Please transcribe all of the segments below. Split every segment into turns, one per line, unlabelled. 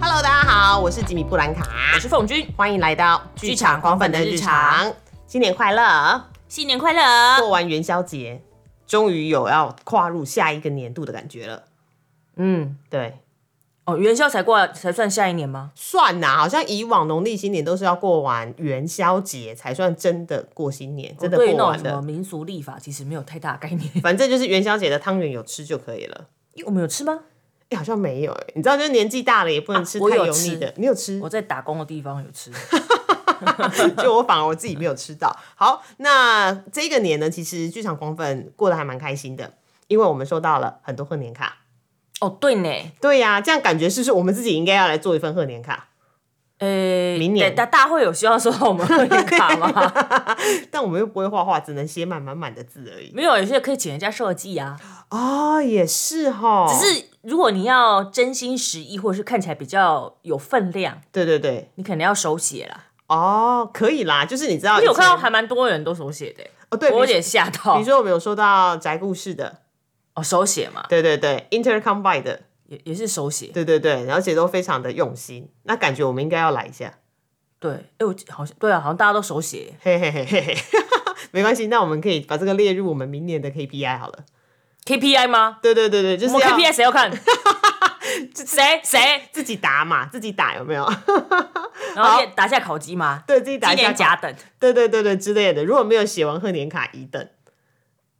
Hello，大家好，我是吉米布兰卡，
我是凤君，
欢迎来到
剧场狂粉的日常，
新年快乐！
新年快乐！
过完元宵节，终于有要跨入下一个年度的感觉了。
嗯，
对，
哦，元宵才过才算下一年吗？
算啦，好像以往农历新年都是要过完元宵节才算真的过新年，真的
哦对于
过
那种
完
什么
了。
民俗历法其实没有太大概念。
反正就是元宵节的汤圆有吃就可以了。
咦我们有吃吗？
哎、好像没有哎、你知道，就是年纪大了也不能吃
啊我
太
有
油腻的。你有吃
我？在打工的地方有吃。
就我反而我自己没有吃到。好，那这个年呢，其实剧场狂粉过得还蛮开心的，因为我们收到了很多贺年卡。
哦，对呢，
对呀、这样感觉是不是我们自己应该要来做一份贺年卡？
呃，
明年
大大会有需要收到我们贺年卡 吗？
但我们又不会画画，只能写满满满的字而已。
没有，有些可以请人家设计啊。
哦，也是哈，
只是如果你要真心实意，或者是看起来比较有分量，
对对对，
你可能要手写啦。
哦，可以啦，就是你知啊道以前，
因为我看到还蛮多人都手写的欸、
哦，对，比如
我有
说
点吓到
比如。说我们有收到宅故事的，
哦，手写嘛，
对对对，Intercom by 的，
也也是手写。
对对对，而且都非常的用心，那感觉我们应该要来一下，
对，哎、我好像对啊，好像大家都手写。
嘿嘿嘿嘿嘿， 没关系，那我们可以把这个列入我们明年的 KPI 好了，
KPI 吗？
对对对对，就是啊
我们
要
KPI 谁 要看？谁谁？
自己打嘛，自己打有没 有？
然后也打下烤鸡吗？
对自己打
今
一下
年甲
卡，
等
对对对对之类的，如果没有写完贺年卡一等，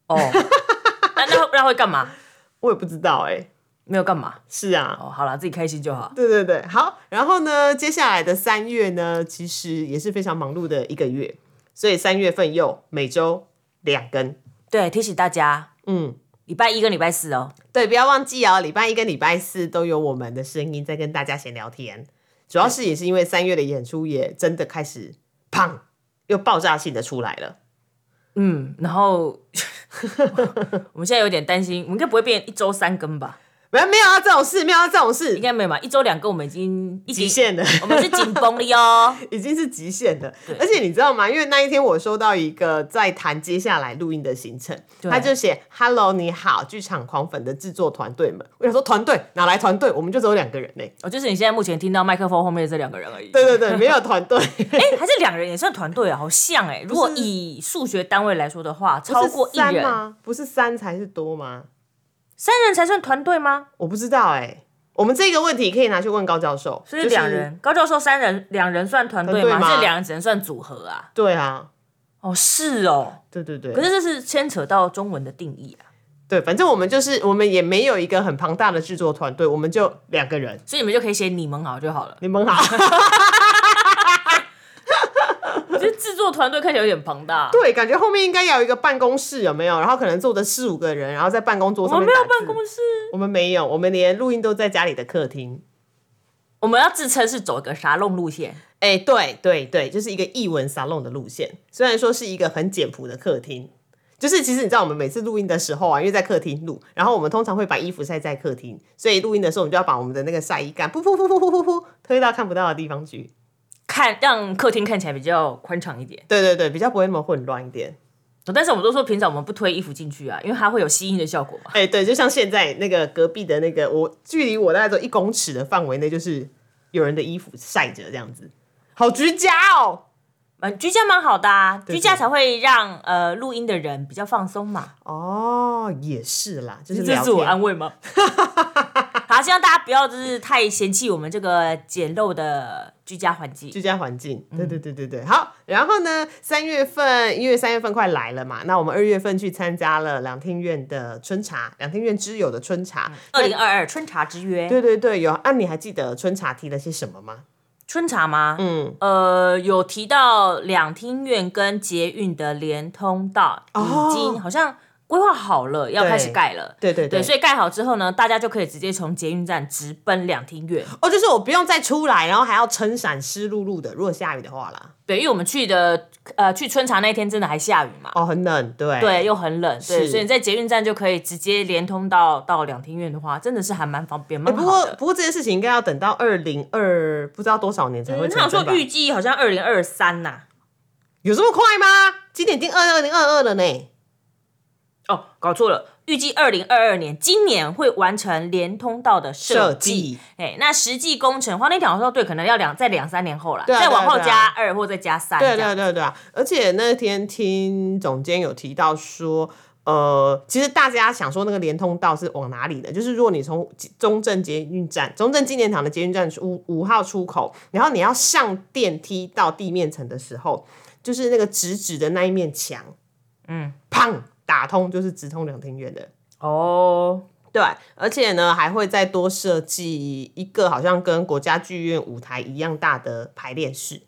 哦。 那那那会干嘛？
我也不知道哎、
没有干嘛
是啊，
哦。好了，自己开心就好。
对对对，好。然后呢，接下来的三月呢，其实也是非常忙碌的一个月，所以三月份又每周两更。
对，提醒大家，
嗯，
礼拜一跟礼拜四哦。
对，不要忘记哦，礼拜一跟礼拜四都有我们的声音在跟大家闲聊天。主要是也是因为三月的演出也真的开始砰，又爆炸性的出来了。
嗯，然后我们现在有点担心，我们应该不会变一周三更吧？
没有没有啊，这种事没有啊，这种事
应该没有吧？一周两更，我们已经一
极
起，
限了。
我们是紧绷的哟。
已经是极限了
对。
而且你知道吗？因为那一天我收到一个在谈接下来录音的行程，
对
他就写 “Hello，你好，剧场狂粉的制作团队们”。我想说，团队哪来团队？我们就只有两个人呢、
哦，就是你现在目前听到麦克风后面的这两个人而已。
对对对，没有团队。
哎、还是两人也算团队啊，好像哎、如果以数学单位来说的话，超
不
过一
是三
人，
吗？不是三才是多吗？
三人才算团队吗？
我不知道哎、我们这个问题可以拿去问高教授。
所以两人，
就是
高教授三人，两人算团队
团队
吗？
吗
还是两人只能算组合啊？
对啊，
哦，是哦，
对对对。
可是这是牵扯到中文的定义啊，
对，反正我们就是我们也没有一个很庞大的制作团队，我们就两个人。
所以你们就可以写你们好就好了。
你们好。
我觉得制作团队看起来有点庞大，啊
对，感觉后面应该要有一个办公室，有没有？然后可能坐着四五个人，然后在办公桌
我
上
们
面
没有
打字
办公室，
我们没有，我们连录音都在家里的客厅。
我们要自称是走一个沙龙路线，
哎、对对对，就是一个译文沙龙的路线，虽然说是一个很简朴的客厅。就是其实你知道，我们每次录音的时候啊，因为在客厅录，然后我们通常会把衣服晒在客厅，所以录音的时候，我们就要把我们的那个晒衣杆，噗噗噗噗噗噗噗，推到看不到的地方去。
看让客厅看起来比较宽敞一点。
对对对，比较不会那么混乱一点。
哦但是我们都说平常我们不推衣服进去啊，因为它会有吸音的效果嘛。
哎、对，就像现在那个隔壁的那个，我距离我大概只有一公尺的范围内，就是有人的衣服晒着这样子，好居家哦。
嗯，居家蛮好的啊，
对
居家才会让呃录音的人比较放松嘛。
哦，也是啦，就是
这
聊
是我
天。
安 慰吗？好，希望大家不要就是太嫌弃我们这个简陋的居家环境。
居家环境，
嗯
对对对对对，好。然后呢，三月份，因为三月份快来了嘛，那我们二月份去参加了两厅院的春茶，两厅院之友的春茶。
嗯二零二二春茶之约，
对对对，有啊，你还记得春茶提了些什么吗？
春茶吗？嗯，呃，有提到两厅院跟捷运的连通道，
哦
已经好像。规划好了，要开始
对
盖了。
对对
对，
对，
所以盖好之后呢，大家就可以直接从捷运站直奔两厅院。
哦，就是我不用再出来，然后还要撑伞湿漉漉的，如果下雨的话啦，
对，因为我们去的呃去春茶那天真的还下雨嘛，
哦，很冷，对，
对，又很冷，对，
是
所以你在捷运站就可以直接连通到到两厅院的话，真的是还蛮方便，蛮
不
好
过
的。
不过这件事情应该要等到二零二不知道多少年才会
他
成
有
真吧？
嗯说预计好像二零二三呐，
有这么快吗？今年已经二二零二二了呢。
哦，搞错了，预计二零二二年今年会完成连通道的设
设
计
计。
哎，那实际工程黄天条说对，可能要两在两三年后啦，
对啊
再往
对啊
后
对啊
加二或再加三这
对
样，
对对对啊，而且那天听总监有提到说。呃，其实大家想说那个连通道是往哪里呢？就是如果你从中正捷运站、中正纪念堂的捷运站五五号出口，然后你要上电梯到地面层的时候，就是那个直直的那一面墙，嗯，砰打通就是直通两庭院的。
哦，
对，而且呢还会再多设计一个好像跟国家剧院舞台一样大的排练室。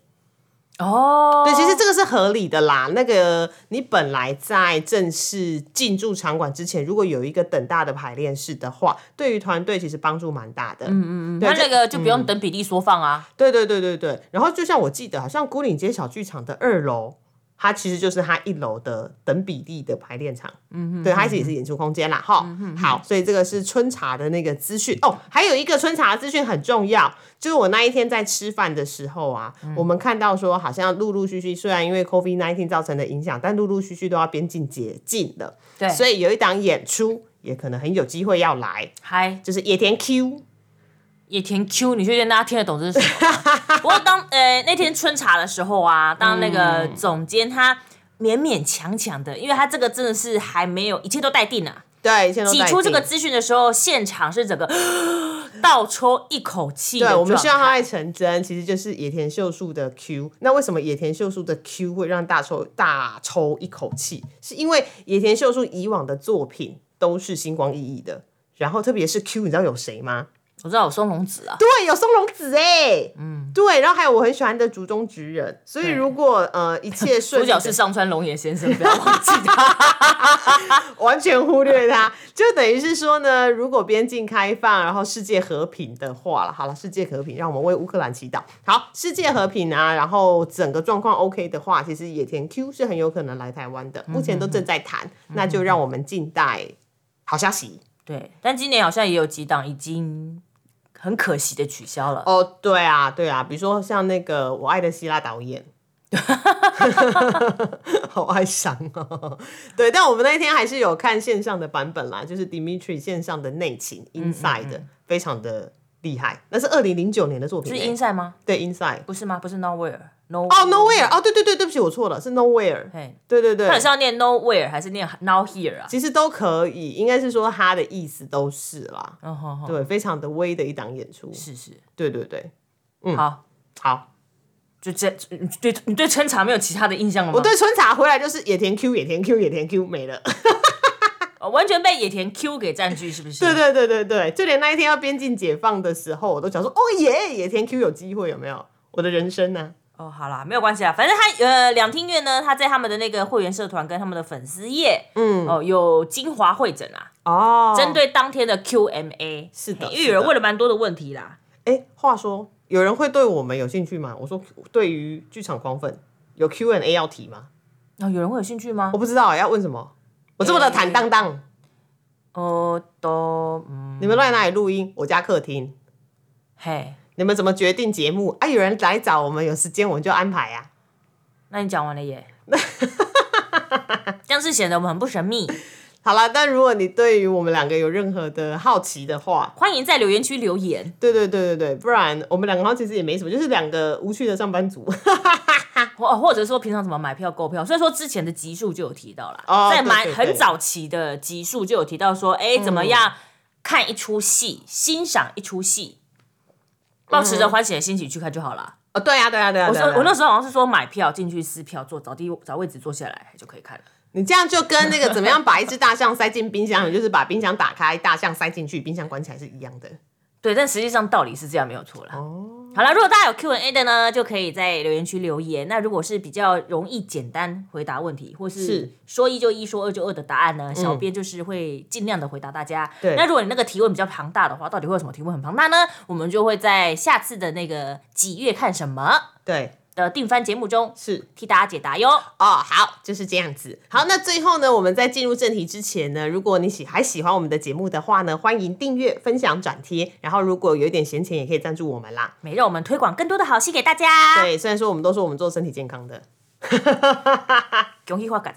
哦，
对，其实这个是合理的啦。那个你本来在正式进驻场馆之前，如果有一个等大的排练室的话，对于团队其实帮助蛮大的。嗯嗯嗯，对
那那个就不用等比例缩放啊。
对对对对对。然后就像我记得，好像孤岭街小剧场的二楼。它其实就是它一楼的等比例的排练场，嗯对，它其实也是演出空间啦，
嗯
哈、好，所以这个是春茶的那个资讯哦，还有一个春茶的资讯很重要，就是我那一天在吃饭的时候啊，
嗯
我们看到说好像陆陆续续，虽然因为 COVID nineteen 造成的影响，但陆陆续续都要边境解禁了，
对
所以有一档演出也可能很有机会要来，
嗨，
就是野田 Q，
野田 Q，你确定大家听得懂这是什么吗？ 不过当呃那天春茶的时候啊，当那个
嗯
总监他勉勉强强的，因为他这个真的是还没有一切都待定啊。
对，现在都
挤
在
出这个
定
资讯的时候，现场是整个 倒抽一口气的
对，啊我们希望它
状态
爱成真，其实就是野田秀树的 Q。那为什么野田秀树的 Q 会让大抽大抽一口气？是因为野田秀树以往的作品都是星光熠熠的，然后特别是 Q，你知道有谁吗？
我知道有松隆子啊，
对，有松隆子哎、嗯，对，然后还有我很喜欢的竹中直人。所以如果呃一切顺
主
利的
角是上川龙也先生，不要忘记他。
完全忽略它，就等于是说呢，如果边境开放，然后世界和平的话了，好了，世界和平，让我们为乌克兰祈祷。好，世界和平啊，然后整个状况 OK 的话，其实野田 Q 是很有可能来台湾的，目前都正在谈，那就让我们静待好消息。
对，但今年好像也有几档已经很可惜的取消了。
哦，对啊，对啊，比如说像那个我爱的希拉导演， 好哀伤哦。对，但我们那一天还是有看线上的版本啦，就是 Dimitri 线上的内情
嗯
Inside 的，非常的厉害。那是二零零九年的作品
是
欸，
inside 吗？
对 Inside。
不是吗？不是 nowhere no
哦、n o w h e r e 哦，对对对，对不起，我错了，是 Nowhere。
嘿，
对对对
到，底是要念 nowhere 还是念 now here 啊？
其实都可以，应该是说他的意思都是啦。
嗯哼哼，
对，非常的微的一档演出。
是是，
对对对，嗯
好，
好，
就这，你对你对春茶没有其他的印象了吗？
我对春茶回来就是野田 Q，野田 Q，野田 Q 没了。
哦完全被野田 Q 给占据，是不是？
对对对对对，就连那一天要边境解放的时候，我都想说，哦耶，野田 Q 有机会有没有？我的人生呢、
哦，好啦，没有关系啊，反正他呃，两厅院呢，他在他们的那个会员社团跟他们的粉丝页，嗯，哦，有精华会诊啊，
哦，
针对当天的 Q&A，
是的
嘿因
是
为有人
的
问了蛮多的问题啦，
哎，话说，有人会对我们有兴趣吗？我说，对于剧场狂粉，有 Q&A 要提吗？
哦，有人会有兴趣吗
我？不知道要问什么，我这么的坦荡荡，
哦，都，嗯，
你们都在哪里录音？我家客厅。
嘿，
你们怎么决定节目？啊，有人来找我们，有时间我们就安排啊呀、
那你讲完了 耶，这样是显得我们很不神秘。
好了，但如果你对于我们两个有任何的好奇的话，
欢迎在留言区留言，
对对对对对，不然我们两个好像其实也没什么，就是两个无趣的上班族。
哦或或者说平常怎么买票购票。虽然说之前的集数就有提到啦，
哦
在
对
蛮
对对嗯
很早期的集数就有提到说，哎，怎么样看一出戏，欣赏一出戏，保持
嗯
着欢喜的心情去看就好了。
哦，对呀、对呀、对呀、
我
对
说
啊
我那时候好像是说买票进去撕票，坐找地找位置坐下来就可以看了。
你这样就跟那个怎么样把一只大象塞进冰箱，你就是把冰箱打开，大象塞进去，冰箱关起来是一样的。
对，但实际上道理是这样没有错啦。
哦，
好了，如果大家有 Q&A 的呢，就可以在留言区留言。那如果是比较容易简单回答问题，或是
是嗯
说一就一、说二就二的答案呢，小编就是会尽量的回答大家。
对
那如果你那个提问比较庞大的话，到底会有什么提问很庞大呢？我们就会在下次的那个几月看什么
对，
的定番节目中
是
替大家解答哟。
哦，好，就是这样子。好，那最后呢，我们在进入正题之前呢，如果你喜还喜欢我们的节目的话呢，欢迎订阅、分享、转贴，然后如果有一点闲钱，也可以赞助我们啦。
没让我们推广更多的好戏给大家。
对，虽然说我们都说我们做身体健康的，
恭喜发感，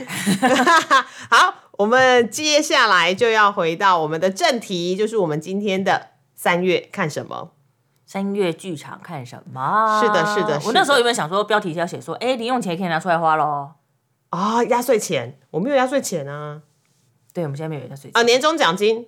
好，我们接下来就要回到我们的正题，就是我们今天的三月看什么？
三月剧场看什么？
是的是的
我
是
那
的
时候有没有想说标题是要写说，哎，零用钱可以拿出来花喽？
啊、压岁钱，我没有压岁钱啊，
对，我们现在没有压岁钱
啊、年终奖金，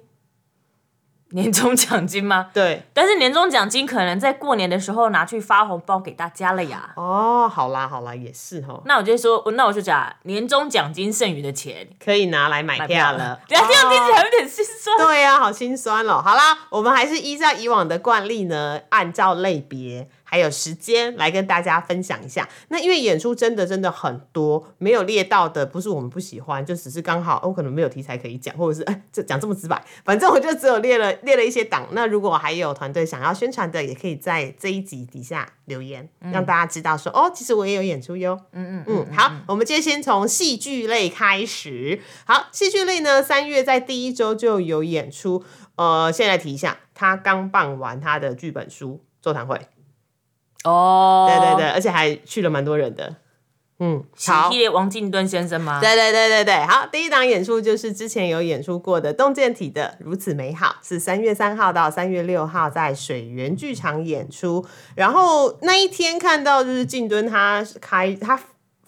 年终奖金吗？
对，
但是年终奖金可能在过年的时候拿去发红包给大家了呀。
哦，好啦好啦，也是哈，
那我就说，那我就讲年终奖金剩余的钱。
可以拿来买票了
对啊，这样听起
哦
来有点心酸。
对呀、好心酸哦。好啦，我们还是依照以往的惯例呢，按照类别还有时间来跟大家分享一下。那因为演出真的真的很多，没有列到的不是我们不喜欢，就只是刚好、哦我可能没有题材可以讲，或者是哎这讲这么直白，反正我就只有列了 列了一些档。那如果还有团队想要宣传的，也可以在这一集底下留言，让大家知道说哦，其实我也有演出哟。
嗯嗯嗯，
嗯，好，我们就先从戏剧类开始。好，戏剧类呢，三月在第一周就有演出。呃，现在提一下，他刚办完他的剧本书座谈会，
哦，
对对对，而且还去了蛮多人的。嗯，好
喜，剧王静敦先生吗？
对对对对对，好，第一档演出就是之前有演出过的洞见体的《如此美好》，是三月三号到三月六号在水源剧场演出。然后那一天看到就是靳敦他开他。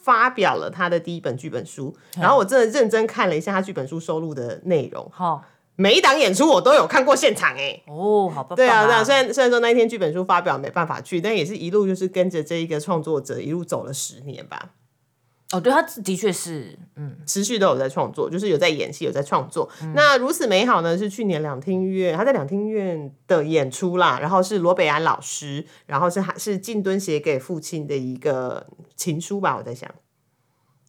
发表了他的第一本剧本书，然后我真的认真看了一下他剧本书收录的内容，
好
每一档演出我都有看过现场哎、
哦，好棒棒。
对啊，对啊，虽然虽然说那一天剧本书发表没办法去，但也是一路就是跟着这一个创作者一路走了十年吧。
哦，对，他的确是，嗯，
持续都有在创作，就是有在演戏，有在创作。那如此美好呢，是去年两厅院他在两厅院的演出啦，然后是罗北安老师，然后是是靳敦写给父亲的一个情书吧，我在想。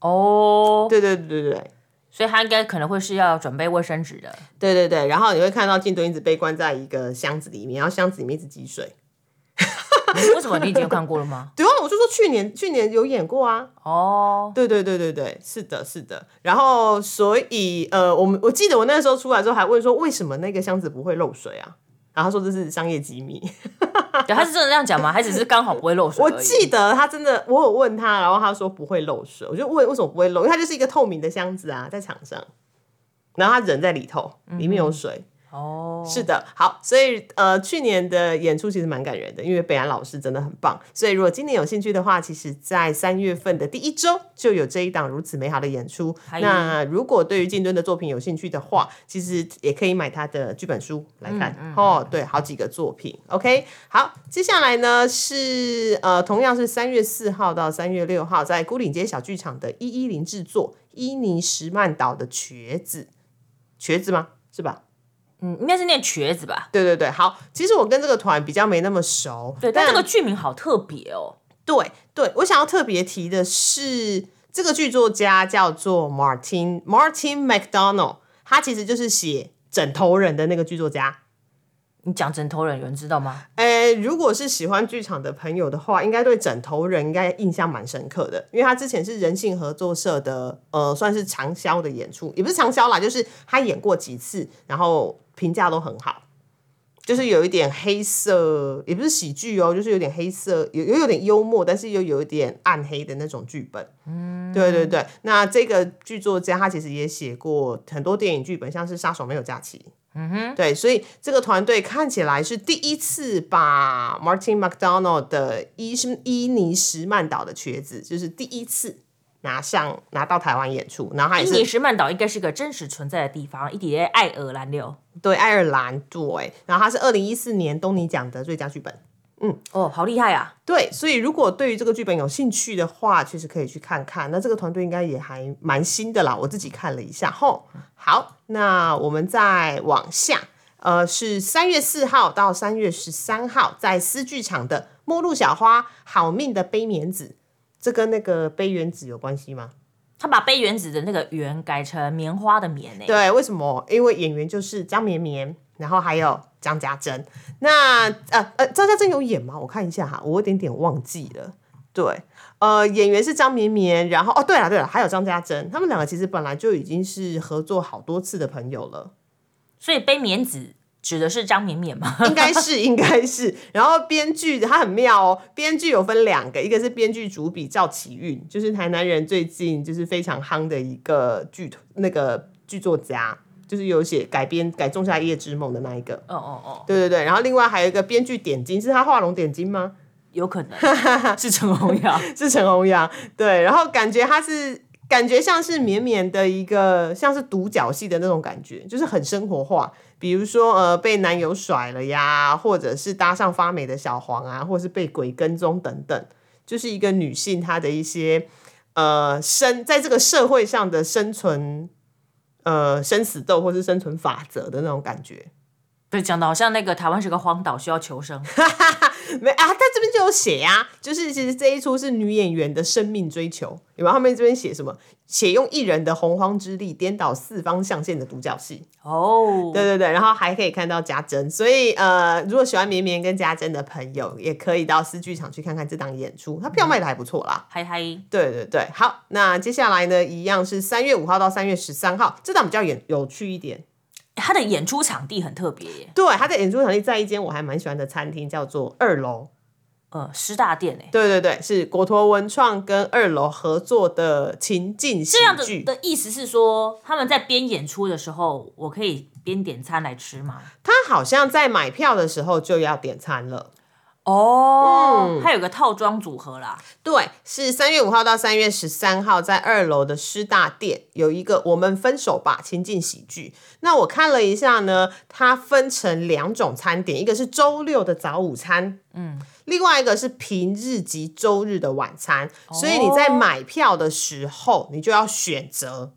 哦，
对对对对对
所以他应该可能会是要准备卫生纸的。
对对对，然后你会看到靳敦一直被关在一个箱子里面，然后箱子里面一直积水。
为什么你已经看过 了吗？
对啊，我就说去年去年有演过啊，
哦，
对对对对对，是的，是的。然后所以呃，我们我记得我那时候出来之后还问说，为什么那个箱子不会漏水啊？然后他说这是商业机密。
对，他是真的这样讲吗？还只是刚好不会漏水而
我
已？
记得他真的，我有问他，然后他说不会漏水，我就问为什么不会漏，因为它就是一个透明的箱子啊，在场上，然后他人在里头，
嗯
里面有水。
哦，
是的，好，所以呃，去年的演出其实蛮感人的，因为北安老师真的很棒。所以如果今年有兴趣的话，其实，在三月份的第一周就有这一档如此美好的演出
嗨。
那如果对于靳敦的作品有兴趣的话，其实也可以买他的剧本书来看、哦。对，好几个作品。OK，好，接下来呢是呃，同样是三月四号到三月六号，在孤岭街小剧场的一一零制作伊尼什曼岛的瘸子，瘸子吗？是吧？
嗯，应该是念瘸子吧？
对对对，好，其实我跟这个团比较没那么熟，
对，但
这
这个剧名好特别哦。
对对，我想要特别提的是，这个剧作家叫做 Martin Martin McDonald，他其实就是写枕头人的那个剧作家。
你讲枕头人，有人知道吗？
呃，如果是喜欢剧场的朋友的话，应该对枕头人应该印象蛮深刻的，因为他之前是人性合作社的，呃，算是长销的演出，也不是长销啦，就是他演过几次，然后评价都很好，就是有一点黑色，也不是喜剧哦，就是有点黑色，有有有点幽默，但是又有一点暗黑的那种剧本。嗯，对对对。那这个剧作家他其实也写过很多电影剧本，像是《杀手没有假期》。对，所以这个团队看起来是第一次把 Martin McDonald 的伊什伊尼什曼岛的瘸子，就是第一次拿上拿到台湾演出，然后他也
伊尼
哎是
什曼岛应该是个真实存在的地方，一点点爱尔兰流。
对爱尔兰对，然后他是二零一四年东尼奖的最佳剧本。
哦，好厉害啊！
对，所以如果对于这个剧本有兴趣的话，其实可以去看看。那这个团队应该也还蛮新的啦，我自己看了一下。吼，好，那我们再往下。呃，是三月四号到三月十三号，在思剧场的《末路小花》《好命的悲棉子》，这跟那个悲原子有关系吗？
他把杯原子的那个圆改成棉花的棉呢、
对，为什么？因为演员就是江绵绵，然后还有张家珍。那呃呃，张家珍有演吗？我看一下哈，我有点点忘记了。对，呃，演员是张绵绵，然后哦，对了对了，还有张家珍，他们两个其实本来就已经是合作好多次的朋友了。
所以杯棉子指的是张绵绵吗？
应该是，应该是。然后编剧他很妙哦，编剧有分两个，一个是编剧主笔赵启运，就是台南人最近就是非常夯的一个剧那个剧作家，就是有写改编改《仲夏夜之梦》的那一个。
哦哦哦，
对对对，然后另外还有一个编剧点睛，是他画龙点睛吗？
有 可能是陈红雅。
是陈宏阳，对，然后感觉他是感觉像是绵绵的一个像是独角戏的那种感觉，就是很生活化。比如说呃被男友甩了呀，或者是搭上发霉的小黄啊，或者是被鬼跟踪等等，就是一个女性她的一些呃生在这个社会上的生存呃生死斗或是生存法则的那种感觉。
对，讲的好像那个台湾是个荒岛，需要 求生。
没啊，他这边就有写呀、就是其实这一出是女演员的生命追求，有没有？后面这边写什么？写用一人的洪荒之力颠倒四方象限的独角戏，
哦，
对对对，然后还可以看到家珍，所以呃，如果喜欢绵绵跟家珍的朋友，也可以到四剧场去看看这档演出，它票卖的还不错啦。
嗨嗨，
对对对，好，那接下来呢，一样是三月五号到三月十三号，这档比较有有趣一点。
他的演出场地很特别耶，
对，他的演出场地在一间我还蛮喜欢的餐厅，叫做二楼。
呃，师大店哎，
对对对，是国托文创跟二楼合作的情境喜
这样的
剧。
的意思是说，他们在边演出的时候，我可以边点餐来吃吗？
他好像在买票的时候就要点餐了。
哦，
嗯
它有个套装组合啦，
对，是三月五号到三月十三号，在二楼的师大店有一个《我们分手吧》情境喜剧。那我看了一下呢，它分成两种餐点，一个是周六的早午餐，嗯，另外一个是平日及周日的晚餐。所以你在买票的时候，你就要选择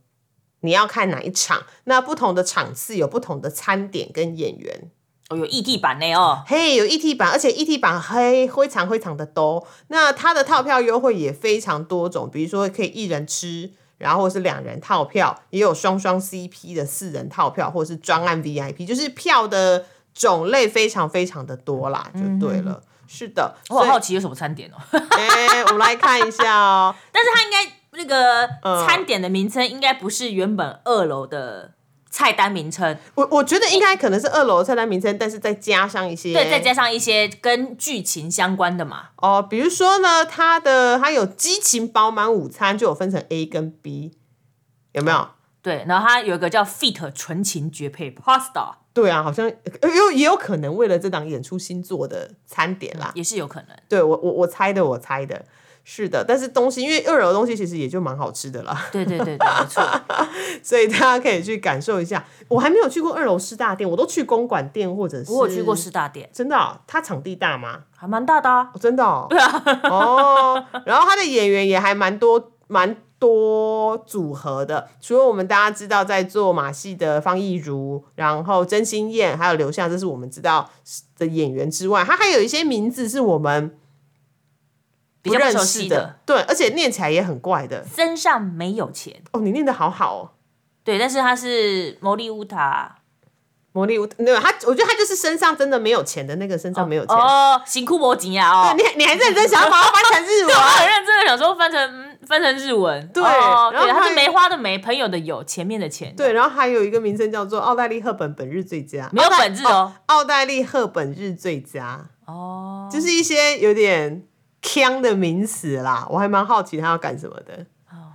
你要看哪一场。那不同的场次有不同的餐点跟演员。
哦，有异地版呢哦，
嘿、有一 T 版，而且一 T 版嘿非常非常的多。那它的套票优惠也非常多种，比如说可以一人吃，然后或是两人套票，也有双双 CP 的四人套票，或是专案 VIP，就是票的种类非常非常的多啦，就对了。是的，
我好
所
嗯好
以
奇有什么餐点哦，
哎、我来看一下哦。
但是它应该那个
嗯
餐点的名称应该不是原本二楼的菜单名称，
我我觉得应该可能是二楼的菜单名称，但是再加上一些
对，再加上一些跟剧情相关的嘛，
哦，比如说呢，它的它有激情饱满午餐，就有分成 A 跟 B，有没有？
对，然后它有一个叫 Fit 纯情绝配 Pasta，
对啊，好像呃有也有可能为了这档演出新做的餐点啦。
也是有可能。
对我我我猜的，我猜的是的，但是东西因为二楼的东西其实也就蛮好吃的啦，
对对对对，没错。
所以大家可以去感受一下。我还没有去过二楼师大店，我都去公馆店或者是
我有去过师大店，
真的啊、它场地大吗？
还蛮大的、啊。
哦、真的 哦，哦，然后他的演员也还蛮多蛮多组合的，除了我们大家知道在做马戏的方逸如，然后甄心燕，还有刘向，这是我们知道的演员之外，他还有一些名字是我们
比
不
较不
认
熟
识
悉的，
的，对，而且念起来也很怪的。
身上没有钱。
哦，你念的好好哦。
对，但是他是摩利乌塔，
魔力无没有他，我觉得他就是身上真的没有钱的那个，身上没有钱。
哦，辛苦摩吉啊哦
对。你你还认真想要把它翻成日 文
我？很认真的想说翻成嗯翻成日文，
对
哦、
然后
对，他
他
是梅花的梅，朋友的友，前面的前，
对，然后还有一个名称叫做奥黛丽·赫本本日最佳，
没有
奥黛
本日哦，
奥黛丽·赫本日最佳，
哦，
就是一些有点腔的名词啦，我还蛮好奇他要干什么的。
哦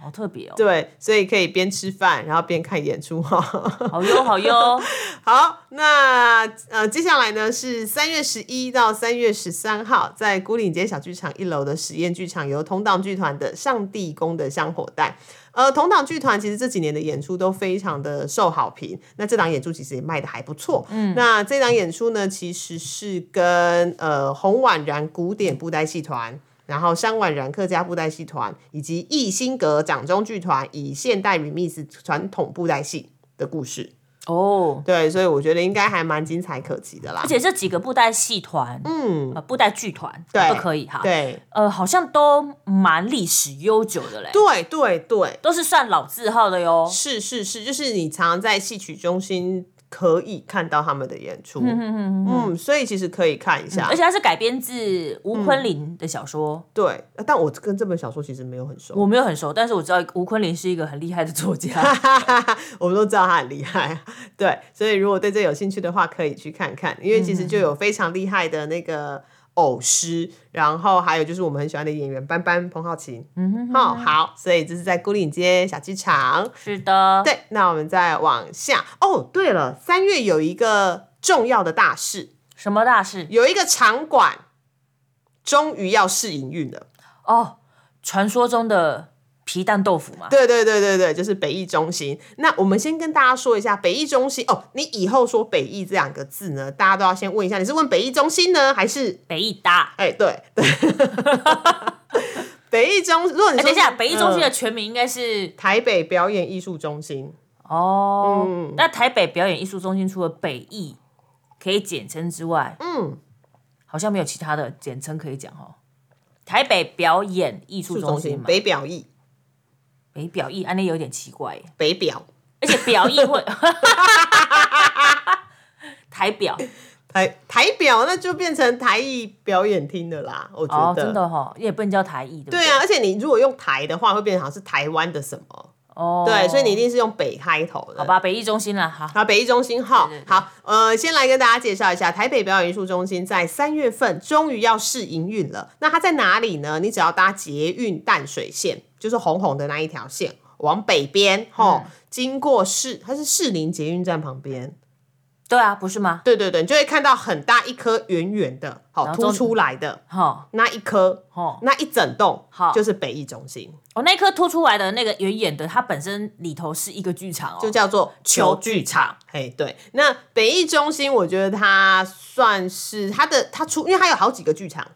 好特别哦，
对，所以可以边吃饭，然后边看演出哈。
好哟好 哟，
好，那呃，接下来呢是三月十一到三月十三号，在古岭街小剧场一楼的实验剧场，由同党剧团的《上帝宫的香火袋》。呃，同党剧团其实这几年的演出都非常的受好评，那这档演出其实也卖的还不错。嗯，那这档演出呢，其实是跟呃洪婉然古典布袋戏团。然后山婉然客家布袋戏团以及艺兴阁掌中剧团以现代 remix 传统布袋戏的故事，
哦，
对，所以我觉得应该还蛮精彩可期的啦
而。且这几个布袋戏团、
嗯，
呃布袋剧团
对
都可以哈，
对，
呃，好像都蛮历史悠久的嘞，
对对对，
都是算老字号的哟。
是是是，就是你常常在戏曲中心可以看到他们的演出，
嗯嗯嗯嗯，
嗯，所以其实可以看一下。
而且它是改编自吴
嗯
昆林的小说，
对，但我跟这本小说其实没有很熟，
我没有很熟，但是我知道吴昆林是一个很厉害的作家。
我们都知道他很厉害，对，所以如果对这有兴趣的话，可以去看看，因为
嗯
其实就有非常厉害的那个偶师，然后还有就是我们很喜欢的演员班班彭浩琴，
嗯哼哼，
哦，好，所以这是在孤岭街小剧场。
是的，
对，那我们再往下。哦，对了，三月有一个重要的大事，
什么大事？
有一个场馆终于要试营运了。
哦，传说中的皮蛋豆腐嘛。
对对对对对，就是北艺中心。那我们先跟大家说一下北艺中心哦，你以后说北艺这两个字呢，大家都要先问一下，你是问北艺中心呢，还是
北艺大，
哎对对， 北艺中，如果你说
哎，等一下，
是
北艺中心的
嗯
全名应该是
台北表演艺术中心，
哦
嗯，
那台北表演艺术中心除了北艺可以简称之外，
嗯，
好像没有其他的简称可以讲哦。台北表演艺术中心嘛，
北表艺，
北表艺，安那有点奇怪耶，
北表
而且表 艺会 台表
台台表，那就变成台艺表演厅的啦，我觉，
哦
得。
真的哈、哦，也不能叫台艺，对不对？
对啊，，而且你如果用台的话，会变成好像是台湾的什么？
哦，
对，所以你一定是用北开头的。
好吧，北艺中心啦，好，
好，北艺中心号
对对对
好，呃，先来跟大家介绍一下，台北表演艺术中心在三月份终于要试营运了。那它在哪里呢？你只要搭捷运淡水线，就是红红的那一条线，往北边，吼，
嗯
经过士，它是士林捷运站旁边。
对啊，不是吗？
对对对，你就会看到很大一颗圆圆的，好
然后
凸
中
出来的
哈、
那一颗，
哦
那一整栋
好
就是北艺中心，
哦，那一颗凸出来的那个圆眼的，它本身里头是一个剧场哦，
就叫做
球
球
剧
剧
场
场。嘿，对，那北艺中心，我觉得它算是它的它出，因为它有好几个剧场，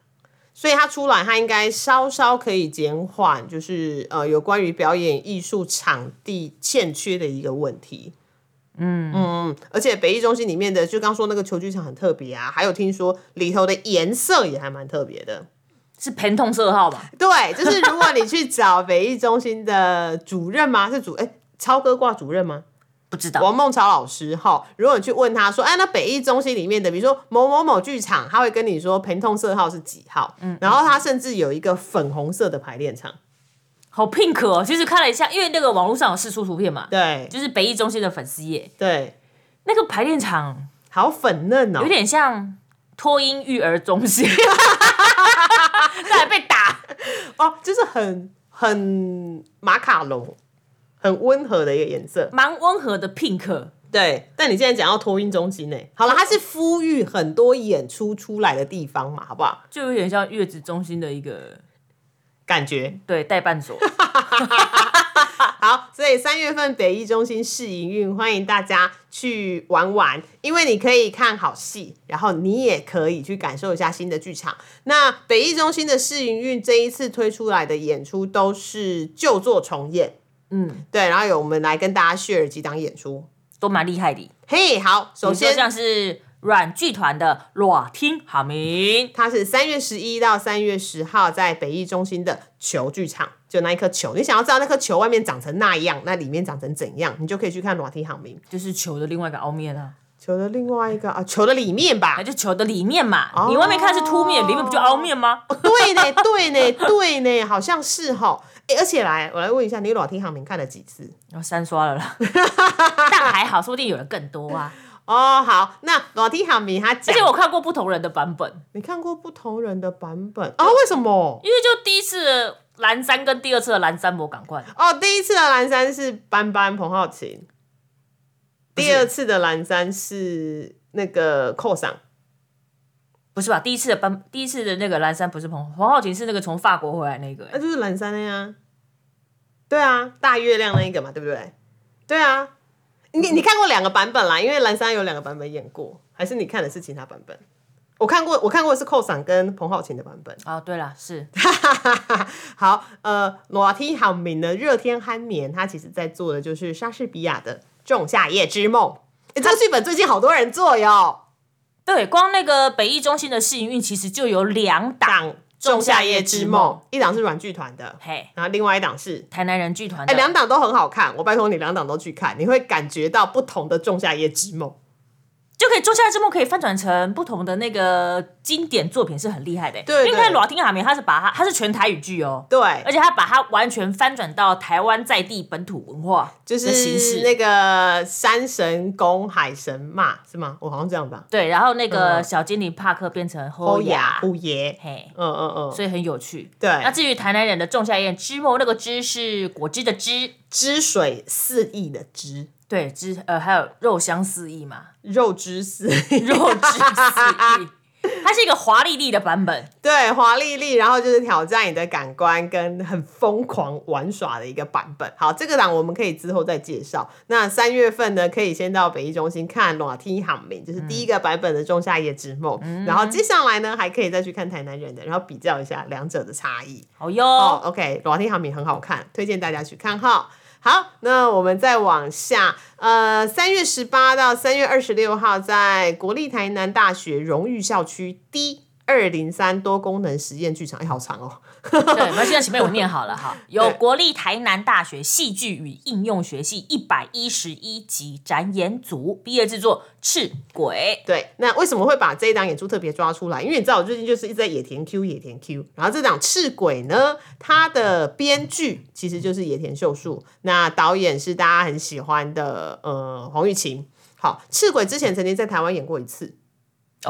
所以它出来它应该稍稍可以减缓，就是呃有关于表演艺术场地欠缺的一个问题。嗯嗯，而且北艺中心里面的，就刚说那个球剧场很特别啊，还有听说里头的颜色也还蛮特别的。
是盆痛色号吧？
对，就是如果你去找北艺中心的主任吗？ 是主哎、超哥挂主任吗？
不知道
王梦超老师哈，如果你去问他说，哎，那北艺中心里面的，比如说某某某剧场，他会跟你说陪痛色号是几号，
嗯
然后他甚至有一个粉红色的排练场，
好 pink 哦。其实看了一下，因为那个网络上有试出图片嘛，
对
就是北艺中心的粉丝页，
对，
那个排练场
好粉嫩哦、
有点像托婴育儿 中心，那还被打。
哦，就是很很马卡龙，很温和的一个颜色，
蛮温和的 pink，
对。但你现在讲到托运中心呢、好了，它是呼吁很多演出出来的地方嘛，好不好？
就有点像月子中心的一个
感觉
对代办所。
好，所以三月份北艺中心试营运，欢迎大家去玩玩，因为你可以看好戏，然后你也可以去感受一下新的剧场。那北艺中心的试营运这一次推出来的演出都是旧作重演，
嗯，
对，然后有我们来跟大家 share 几档演出。
都蛮厉害的。
嘿、好，首
首先
先
像是软剧团的软听好明，
它是三月十一到三月十号在北艺中心的球剧场，就那一颗球，你想要知道那颗球外面长成那样，那里面长成怎样，你就可以去看裸体好明。
就是球的另外一个凹面啊，
球的另外一个啊，球的里面吧
那，哎就球的里面嘛。
哦
你外面看是凸面，里面不就凹面吗？
对呢，对呢，对呢， 好像是哈。哎、而且来，我来问一下，你裸体航明看了几次？
然后哦三刷了 啦，但还好，说不定有人更多啊。
哦，好，那裸体航明他
而
讲，
且我看过不同人的版本，
你看过不同人的版本哦？为什么？
因为就第一次的蓝山跟第二次的蓝山我赶快，
哦，第一次的蓝山是班班彭浩琴，
是
第二次的蓝山是那个寇赏。
不是吧？第一次的班，第一次的那个蓝山不是彭黄浩琴是那个从法国回来那个、
那、
欸
就是蓝山的呀。对啊，大月亮那一个嘛，对不对？对啊，你你看过两个版本啦，因为蓝山有两个版本演过，还是你看的是其他版本？我看过，我看过的是寇赏跟彭浩琴的版本。
哦，对了，是
好，呃，裸体好明的热天酣眠，它其实在做的就是莎士比亚的《仲夏夜之梦》。哎、这个剧本最近好多人做哟，
对，光那个北艺中心的试营运其实就有两档，
档《仲夏夜之梦》，一档是软剧团的，
嘿，
然后另外一档是。
台南人剧团
哎、
的。
两档都很好看，我拜托你两档都去看，你会感觉到不同的《仲夏夜之梦》。
就可以《仲夏之梦》可以翻转成不同的那个经典作品，是很厉害的。
对对
因为看《罗汀阿梅》，他是把它，它是全台语剧哦，
对
而，且他把它完全翻转到台湾在地本土文化
就
的形式
是。那个山神公、海神骂是吗？我好像这样吧。
对，然后那个
嗯
小精灵帕克变成
欧
侯
雅
雅，
虎爷，
嘿，
嗯嗯嗯，
所以很有趣。那
对，
至于台南人的仲夏夜之梦，那个汁是果汁的汁，
汁水四溢的汁，
对，汁呃还有肉香四溢嘛，
肉汁四溢，
肉汁四 溢，它是一个华丽丽的版本。
对，华丽丽，然后就是挑战你的感官跟很疯狂玩耍的一个版本。好，这个档我们可以之后再介绍。那三月份呢，可以先到北艺中心看《裸梯航明》，就是第一个版本的《仲夏夜之梦》然后接下来呢，还可以再去看台南人的，然后比较一下两者的差异。
好哟，
哦，OK，《裸梯航明》很好看，推荐大家去看哈。好，那我们再往下，呃，三月十八到三月二十六号，在国立台南大学荣誉校区 D 二零三多功能实验剧场，哎、好长哦。
对，没关系，那前面我念好了哈。有
对
国立台南大学戏剧与应用学系一百一十一级展演组毕业制作《赤鬼
对，那为什么会把这一档演出特别抓出来？因为你知道我最近就是一直在野田 Q 野田 Q，然后这档《赤鬼》呢，它的编剧其实就是野田秀树，那导演是大家很喜欢的呃黄玉琴。好，《赤鬼》之前曾经在台湾演过一次，》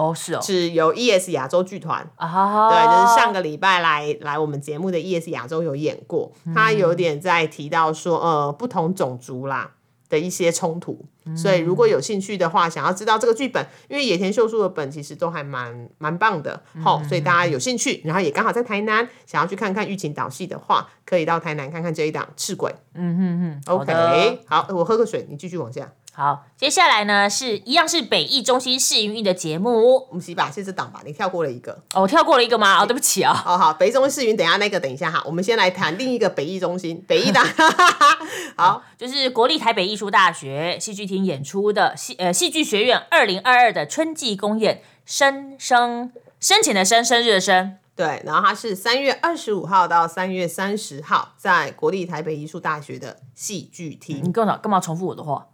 哦，是哦，
是由 ES 亚洲剧团。
啊，
对，就是上个礼拜来来我们节目的 ES 亚洲有演过，
嗯
他有点在提到说，呃，不同种族啦的一些冲突，
嗯
所以如果有兴趣的话，想要知道这个剧本，因为野田秀树的本其实都还蛮蛮棒的，
嗯
好、所以大家有兴趣，然后也刚好在台南，想要去看看玉琴导戏的话，可以到台南看看这一档《赤鬼》
嗯哼哼好
OK，
的。
好，我喝个水，你继续往下。
好，接下来呢是一样是北艺中心试营运的节目，
我们洗把是这档吧，你跳过了一个。
哦，我跳过了一个吗？哦，对不起啊、
哦，好，北艺中心世云，等一下那个，等一下哈，我们先来谈另一个北艺中心，北艺大， 好，
就是国立台北艺术大学戏剧厅演出的戏呃戏剧学院二零二二的春季公演《生生生前的生生日的生》，
对，然后它是三月二十五号到三月三十号，在国立台北艺术大学的戏剧厅
你。干嘛干嘛重复我的话？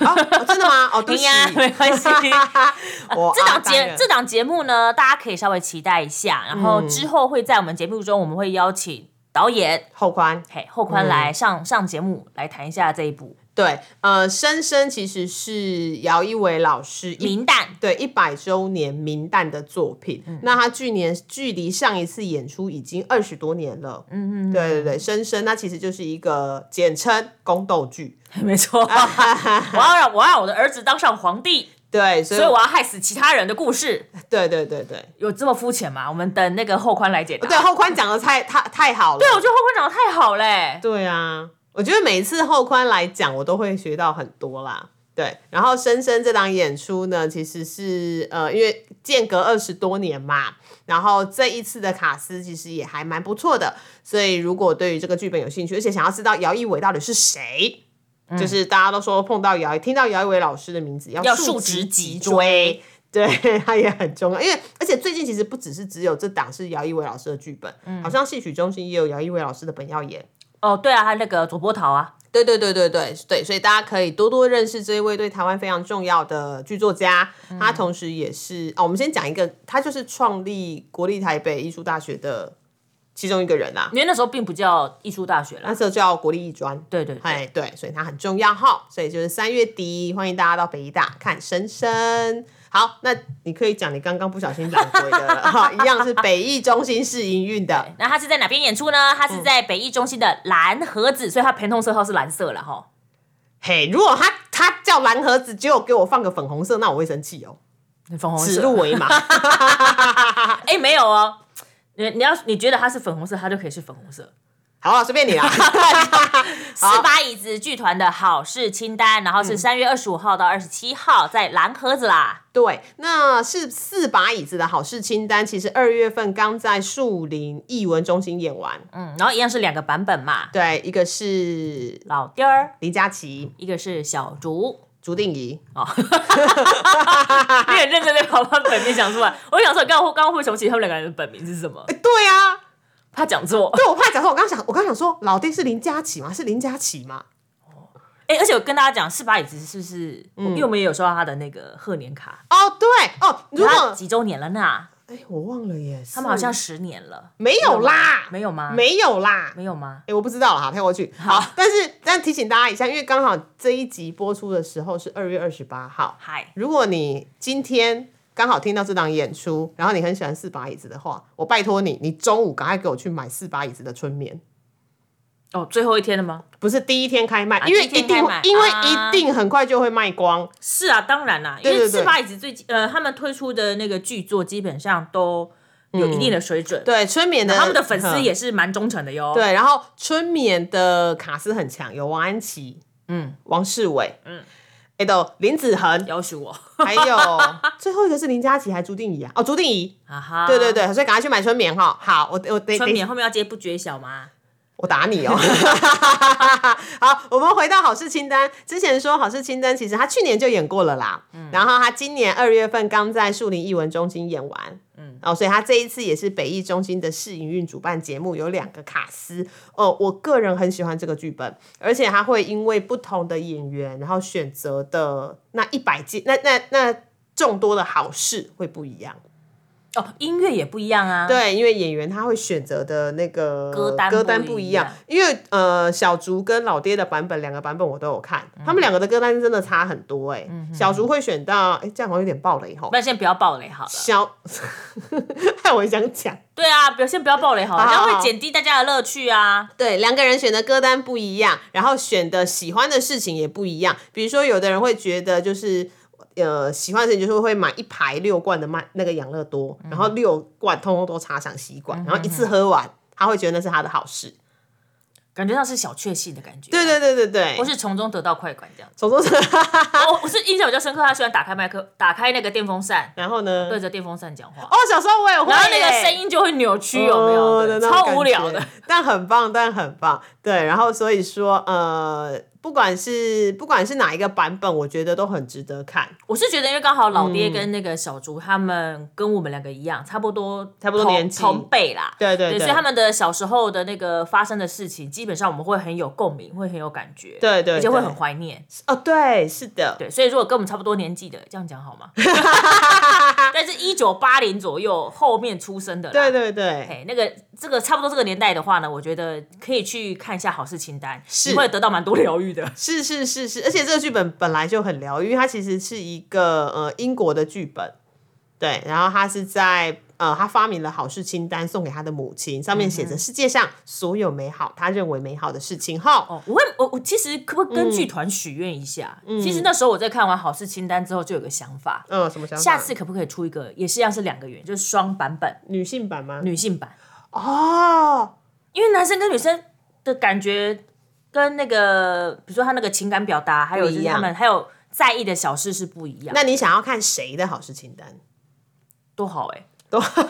哦，哦真的吗？哦，对不起
哎呀， 没关系
我啊
这
哦阿
档
呆
节
了
这档节目呢，大家可以稍微期待一下，然
嗯
后之后会在我们节目中，我们会邀请导演
后宽。
嘿后宽来
嗯
上、上节目来谈一下这一部
对，呃，深深其实是姚一伟老师
《
一
明旦》。
对一百周年明旦的作品。那他去年距离上一次演出已经二十多年了。嗯嗯，对对对，深深那其实就是一个简称宫斗剧。
没 错，我要让我要让我的儿子当上皇帝，
对，所以
所以我要害死其他人的故事，
对对对对
有这么肤浅吗？我们等那个后宽来解答。
对，啊后宽讲的太太太好了。
对，我觉得后宽讲的太好嘞。
对啊，我觉得每次后宽来讲，我都会学到很多啦。对，然后深深这档演出呢，其实是呃，因为间隔二十多年嘛，然后这一次的卡斯其实也还蛮不错的，所以如果对于这个剧本有兴趣，而且想要知道姚一伟到底是谁，就是大家都说碰到姚，听到姚一伟老师的名字嗯要
要
竖
竖直
脊
脊
椎
椎，
对， 他也很重要，因为而且最近其实不只是只有这档是姚一伟老师的剧本，好像戏曲中心也有姚一伟老师的本要演。
哦，对啊，他那个左波桃啊，
对对对对对对，所以大家可以多多认识这一位对台湾非常重要的剧作家，
嗯
他同时也是哦，我们先讲一个，他就是创立国立台北艺术大学的其中一个人啦、
因为那时候并不叫艺术大学啦
那。时候叫国立艺专，
对对对，
哎对，所以他很重要哈，所以就是三月底，欢迎大家到北医大看深深。好，那你可以讲你刚刚不小心讲回的 了哈，一样是北艺中心市营运的，
那它是在哪边演出呢？它是
嗯
在北艺中心的蓝盒子，所以它陪同色号是蓝色了哈。
嘿，如果他他叫蓝盒子，结果给我放个粉红色，那我会生气哦，
粉红
指鹿
色，
为马。
哎、没有哦。你你要你觉得它是粉红色，它就可以是粉红色。
好啊，随便你啦。
四把椅子剧团的好事清单，然后是三月二十五号到二十七号在蓝盒子啦。
对，那是四把椅子的好事清单，其实二月份刚在树林艺文中心演完。
嗯，然后一样是两个版本嘛，
对，一个是
老爹儿，
林佳琪，
一个是小竹。
竹定仪，
你很认真的把他本名讲出来。我想说，刚刚刚惠雄其实他们两个人的本名是什么？
哎、对啊，
怕讲错。
对我怕讲错，我刚想，我刚想说老爹是林佳琪吗？是林佳琪吗？
哎、而且我跟大家讲，四把椅子是不是？因为我们也有收到他的那个贺年卡，
哦，对哦，如
他
果
几周年了呢？
哎、我忘了耶，
他们好像啊十年了，
没有啦，
没有吗？
没有啦。
没有吗？
哎、我不知道啦，跳过去。好，但是但提醒大家一下，因为刚好这一集播出的时候是二月二十八号，
嗨，
如果你今天刚好听到这档演出，然后你很喜欢四把椅子的话，我拜托你，你中午赶快给我去买四把椅子的春眠，
哦，最后一天了吗？
不是第一天开卖，因为
啊第一
一
天
定
开
会
卖，
因为
啊
一定很快就会卖光。
是啊，当然啦，因
对
为
对对
四把椅子最近呃，他们推出的那个剧作基本上都有一定的水准，
对，春眠的
他们的粉丝
嗯
也是蛮忠诚的哟。
对，然后春眠的卡斯很强，有王安琪，
嗯
嗯，王世伟，嗯，哎都林子恒，
要求我，
还有 最后一个是林佳琪，还朱定仪啊，哦，朱定仪，
啊哈，
对对，对，所以赶快去买春眠哈。好，我我等
春
等，
眠后面要接不觉晓吗？
我打你哦。 好，我们回到好事清单。之前说好事清单，其实他去年就演过了啦。然后他今年二月份刚在树林艺文中心演完。嗯，哦，所以他这一次也是北艺中心的试营运主办节目，有两个卡司。哦，我个人很喜欢这个剧本，而且他会因为不同的演员，然后选择的那一百件，那那那众多的好事会不一样。
哦，音乐也不一样啊。，
对，因为演员他会选择的那个
歌单
歌单
不
不一
一样
样，因为呃，小竹跟老爹的版本两个版本我都有看，他们两个的歌单真的差很多哎、小竹会选到，哎、这样好像有点暴雷吼。
不然先不要爆雷好了。
小， 害我也想讲。
对啊，不要先不要爆雷好了，
好
这样
好
会减低大家的乐趣啊。
对，两个人选的歌单不一样，然后选的喜欢的事情也不一样。比如说，有的人会觉得就是。呃，喜欢的事情就是会买一排六罐的麦那个养乐多，然后六罐通通都插上吸管，然后一次喝完，他会觉得那是他的好事。
感觉上是小确幸的感觉。啊
对对对对对，
或是从中得到快感这样子。哦
手中是，
我我是印象比较深刻，他喜欢打开麦克，打开那个电风扇，
然后呢？
对着电风扇讲话，
哦，小时候我也会耶，
然后那个声音就会扭曲，有
哦
没有？
的
对
那种
超
感
无聊
觉
的。，
但很棒，但很棒。对，然后所以说，呃，不管是不管是哪一个版本，我觉得都很值得看。
我是觉得，因为刚好老
嗯
爹跟那个小竹他们跟我们两个一样，差不多，
差不多
同
年纪
同辈啦。
对对对，
对，所以他们的小时候的那个发生的事情，基本上我们会很有共鸣，会很有感觉，
对对
而且会
对
很怀念。
哦，对，是的，
对，所以如果跟我们差不多年纪的，这样讲 好吗？但是，一九八零左右后面出生的啦，
对对对，
哎，那个这个差不多这个年代的话呢，我觉得可以去看一下好事清单，
是
你会得到蛮多疗愈的。
是是是是，而且这个剧本本来就很疗愈，它其实是一个呃英国的剧本，对，然后它是在。呃，他发明了好事清单送给他的母亲，上面
嗯
写着世界上所有美好他认为美好的事情。后、
哦，我会我我其实可不可以跟
嗯
剧团许愿一下？其实那时候我在看完好事清单之后，就有个想法，
嗯，什么想法？
下次可不可以出一个也是一样是两个圆，就是双版本
女性版吗？
女性版，
哦，
因为男生跟女生的感觉跟那个比如说他那个情感表达，还有就是他
不一
们还有在意的小事是不一样，
那你想要看谁的好事清单？
多好哎、 多四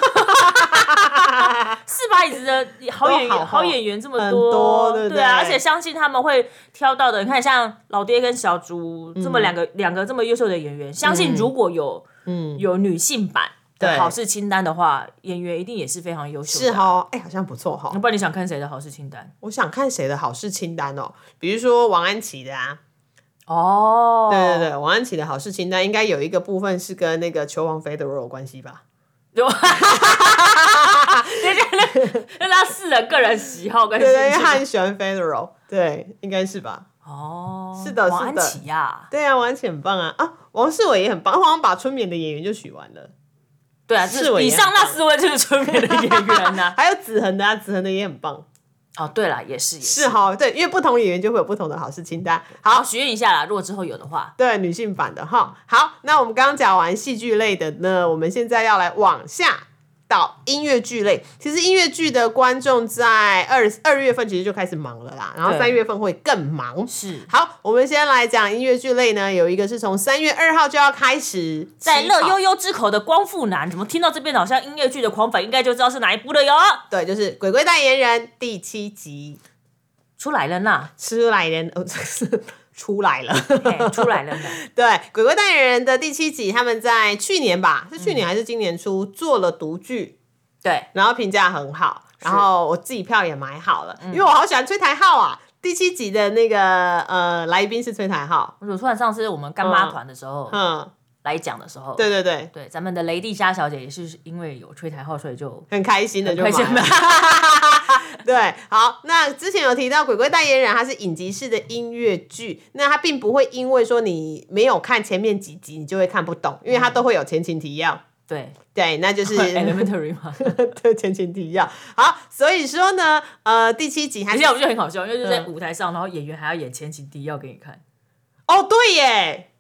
把椅子的好演员
都
好
好
演员这么
很
多，
多对不
啊，而
对
且相信他们会挑到的。你看，像老爹跟小竹
嗯
这么两个、两个这么优秀的演员，相信如果有嗯有女性版的
对
好事清单的话，演员一定也是非常优秀的。
是哦，哎、好像不错哈、
嗯不然你想看谁的好事清单？
我想看谁的好事清单哦，比如说王安琪的啊，
哦，
对对对，王安琪的好事清单应该有一个部分是跟那个球王 Federer 有关系吧？
就等一下，那那他四人个人喜好跟兴
对对，因为
趣
他很喜欢 Federer，对，应该是吧？
哦，
是的
王
是
安
的
琪呀、
对啊，王安琪很棒啊啊，王世伟也很棒，他好像把春眠的演员就许完了，
对啊，
四
就
位
以
也
上
很
那
棒
四位就是春眠的演员呐、
还有子恒的啊，子恒的也很棒，
哦，对了，也是也
是。啊哈，对，因为不同演员就会有不同的好事清单。好
好，，许愿一下啦，如果之后有的话，
对女性版的哈。好，那我们刚刚讲完戏剧类的呢，我们现在要来往下到音乐剧类。其实音乐剧的观众在二二月份其实就开始忙了啦，然后
对
三月份会更忙。
是
好，我们先来讲音乐剧类呢，有一个是从三月二号就要开始起跑，
在乐悠悠之口的光复男，怎么听到这边好像音乐剧的狂粉，应该就知道是哪一部了哟。
对，就是鬼鬼代言人第七集
出来了呐，
出来人，哦，这是出来了。
嘿出来了没？
对，《鬼鬼代言人》的第七集，他们在去年吧，是
嗯
去年还是今年初、做了独剧，
对，
然后评价很好，然后我自己票也买好
嗯
了，因为我好喜欢崔台浩啊。第七集的那个呃来宾是崔台浩，
我突然上次我们干妈
嗯
团的时候、
嗯，
来讲的时候，
对对对，
对，咱们的雷蒂莎小姐也是因为有吹台号，所以就
很开心的就
很开心
买了。 对，好，那之前有提到《鬼鬼代言人》，它是影集式的音乐剧，那它并不会因为说你没有看前面几集，你就会看不懂，因为它都会有前情提要。
对
对，那就是
elementary 嘛。
对前情提要。好，所以说呢，呃，第七集还
而
是
且我觉得很好笑，因为就是在
嗯
舞台上，然后演员还要演前情提要给你看。
哦，对耶，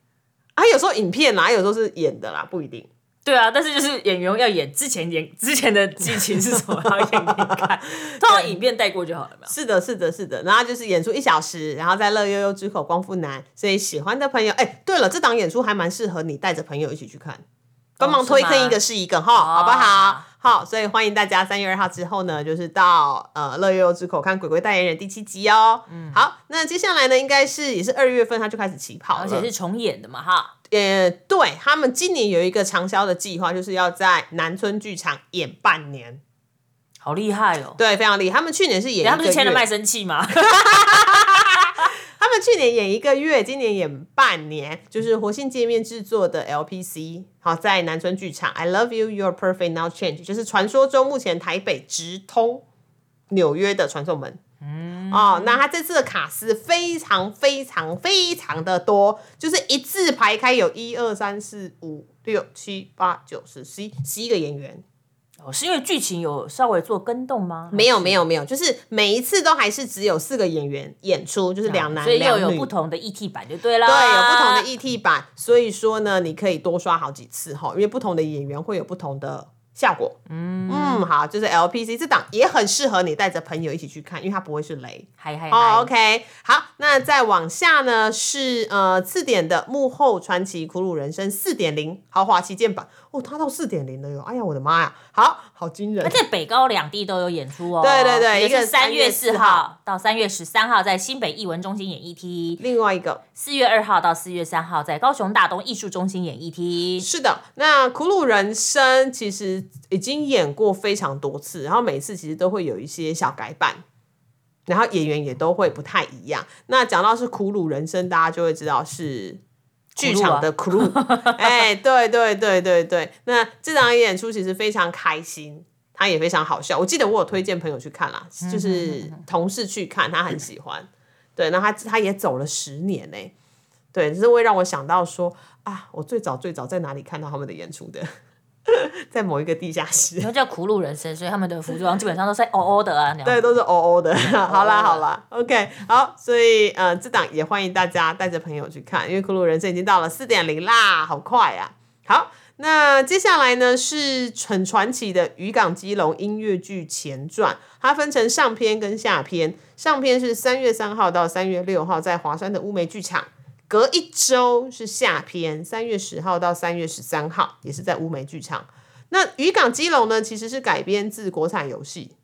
啊，有时候影片啦，有时候是演的啦，不一定。
对啊，但是就是演员要演之前演之前的剧情是 什么，然后演给你看，通常影片带过就好了嘛。
是的，是的，是的。然后就是演出一小时，然后在乐悠悠之口光复南，所以喜欢的朋友，哎，对了，这档演出还蛮适合你带着朋友一起去看，帮忙推
哦是吗哦
坑一个是一个哈，好不好？好，所以欢迎大家三月二号之后呢，就是到呃乐悠悠之口看《鬼鬼代言人》第七集哦。嗯，好，那接下来呢，应该是也是二月份他就开始起跑了，
而且是重演的嘛哈，
呃，对他们今年有一个长销的计划，就是要在南村剧场演半年，
好厉害哦！
对，非常厉害。他们去年是演
他
一
们
个
是
月，
签了卖身契 嘛？
他们去年演一个月，今年演半年，就是活性界面制作的 LPC，好，在南村剧场。I love you, you're perfect now change，就是传说中目前台北直通纽约的传送门。嗯，哦，那他这次的卡司非常非常非常的多，就是一字排开有一二三四五六七八九十十一十一个演员，
哦，是因为剧情有稍微做跟动吗？
没有没有没有，就是每一次都还是只有四个演员演出，就是两男
所以又
两
有
女
不。同的议题版就对啦。
对，有不同的议题版，所以说呢，你可以多刷好几次哈，因为不同的演员会有不同的效果。嗯好，就是 LPC 这档也很适合你带着朋友一起去看，因为它不会是雷。
嗨嗨
哦、o
嗨，
k 好，那再往下呢是呃次点的幕后传奇苦鲁人生四点零豪华旗舰版哦，它到四点零了哟，哎呀我的妈呀，好好惊人
那，在北高两地都有演出哦。
对对对
一个
一个
是
3
三月
月
四
4
号到三月十三号在新北艺文中心演艺厅，
另外一个
四月二号到四月三号在高雄大东艺术中心演艺厅。
是的，那《苦鲁人生》其实已经演过非常多次，然后每次其实都会有一些小改版，然后演员也都会不太一样。那讲到是《苦鲁人生》，大家就会知道是剧场的 crew，哎、对对对对对。那这场演出其实非常开心，它也非常好笑。我记得我有推荐朋友去看啦，就是同事去看，他很喜欢。对，那他他也走了十年呢、对，只是会让我想到说啊，我最早最早在哪里看到他们的演出的， 在某一个地下室
因。为叫苦鲁人生，所以他们的服装基本上都是哦哦的啊，那样
对，都是哦 哦的。好
哦哦的
啦，好啦，OK，好，所以呃，这档也欢迎大家带着朋友去看，因为《骷髅人生》已经到了四点零啦，好快啊！好，那接下来呢是很传奇的《渔港基隆音乐剧前传》，它分成上篇跟下篇，上篇是三月三号到三月六号在华山的乌梅剧场。隔一周是下篇，三月十号到三月十三号，也是在乌梅剧场。那《渔港基隆》呢，其实是改编自国产游戏，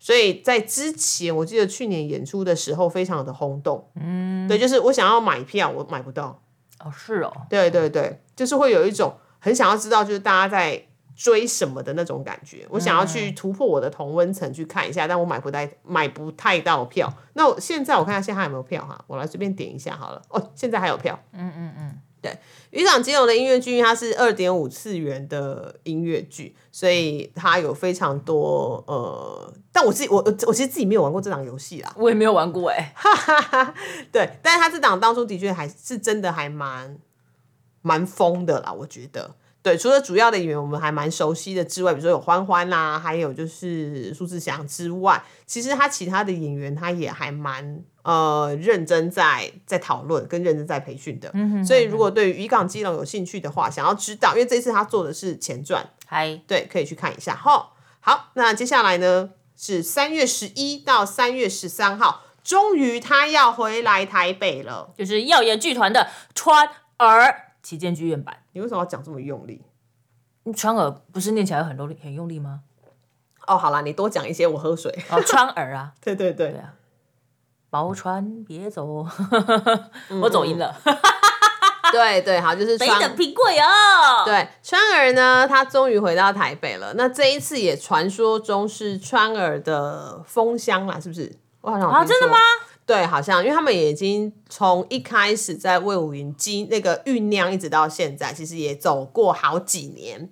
所以在之前，我记得去年演出的时候非常的轰动，嗯，对，就是我想要买票，我买不到，
哦是哦，
对对对，就是会有一种很想要知道，就是大家在追什么的那种感觉。我想要去突破我的同温层去看一下，但我买不太买不太到票。那我现在我看一下现在还有没有票哈，我来随便点一下好了。哦，现在还有票，嗯嗯嗯。对，渔港基隆的音乐剧它是二点五次元的音乐剧，所以它有非常多呃，但我自己我我我其实自己没有玩过这档游戏啦，
我也没有玩过哎、
对，但是他这档当初的确还是真的还蛮蛮疯的啦，我觉得。对，除了主要的演员我们还蛮熟悉的之外，比如说有欢欢啦、还有就是苏志祥之外，其实他其他的演员他也还蛮呃认真在在讨论跟认真在培训的。所以如果对于渔港基隆有兴趣的话，想要知道，因为这次他做的是前传，
嗨，
对，可以去看一下哈。好，那接下来呢是三月十一到三月十三号，终于他要回来台北了。
就是耀眼剧团的《川儿》旗舰剧院版。
你为什么要讲这么用力？
川儿不是念起来很用力很用力吗？
哦，好啦，你多讲一些，我喝水。
哦，川儿啊，
对对对，
对啊宝船别走，
嗯
我走音了。
对对，好，就是
北
川
等平贵哦。，
对，川儿呢，他终于回到台北了。那这一次也传说中是川儿的封箱啦，是不是？我好像有
啊，
听
真的
说
吗？？
对，好像因为他们也已经从一开始在魏武云机那个酝酿，一直到现在，其实也走过好几年。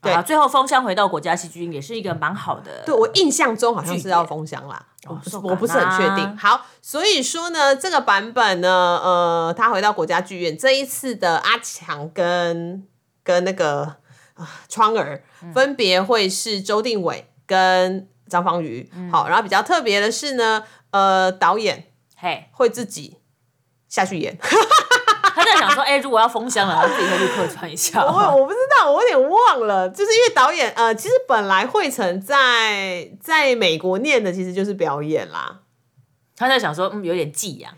对
啊，最后封箱回到国家戏剧院也是一个蛮好的。
对我印象中好像是要
据点
封箱啦，我哦不是
受感
我不是很确定。
啊
好，所以说呢，这个版本呢，呃，他回到国家剧院这一次的阿强跟跟那个、啊川儿分别会是周定伟跟张方瑜。好，然后比较特别的是呢，呃，导演
嘿，
会自己下去演。
他在想说，哎，如果要封箱了，他自己会去客串一 下。
我我不知道，我有点忘了，就是因为导演呃，其实本来惠成在在美国念的其实就是表演啦，
他在想说，嗯，有点寄 养，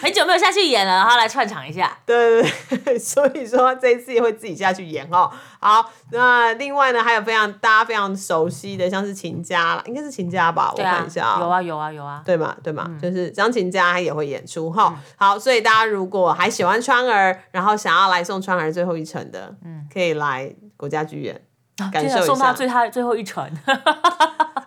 很久没有下去演了，他来串场一下。
对对对对，所以说这一次也会自己下去演哦。好，那另外呢，还有非常大家非常熟悉的，像是秦家啦，应该是秦家吧，我
对啊
看一下、哦，
有啊有啊有啊。
对嘛，对嘛，就是张琴家他也会演出哈。
嗯
好，所以大家如果还喜欢川儿，然后想要来送川儿最后一程的，嗯，可以来国家剧院。感
对
受
啊，
一
送到
下，
最他最后一程。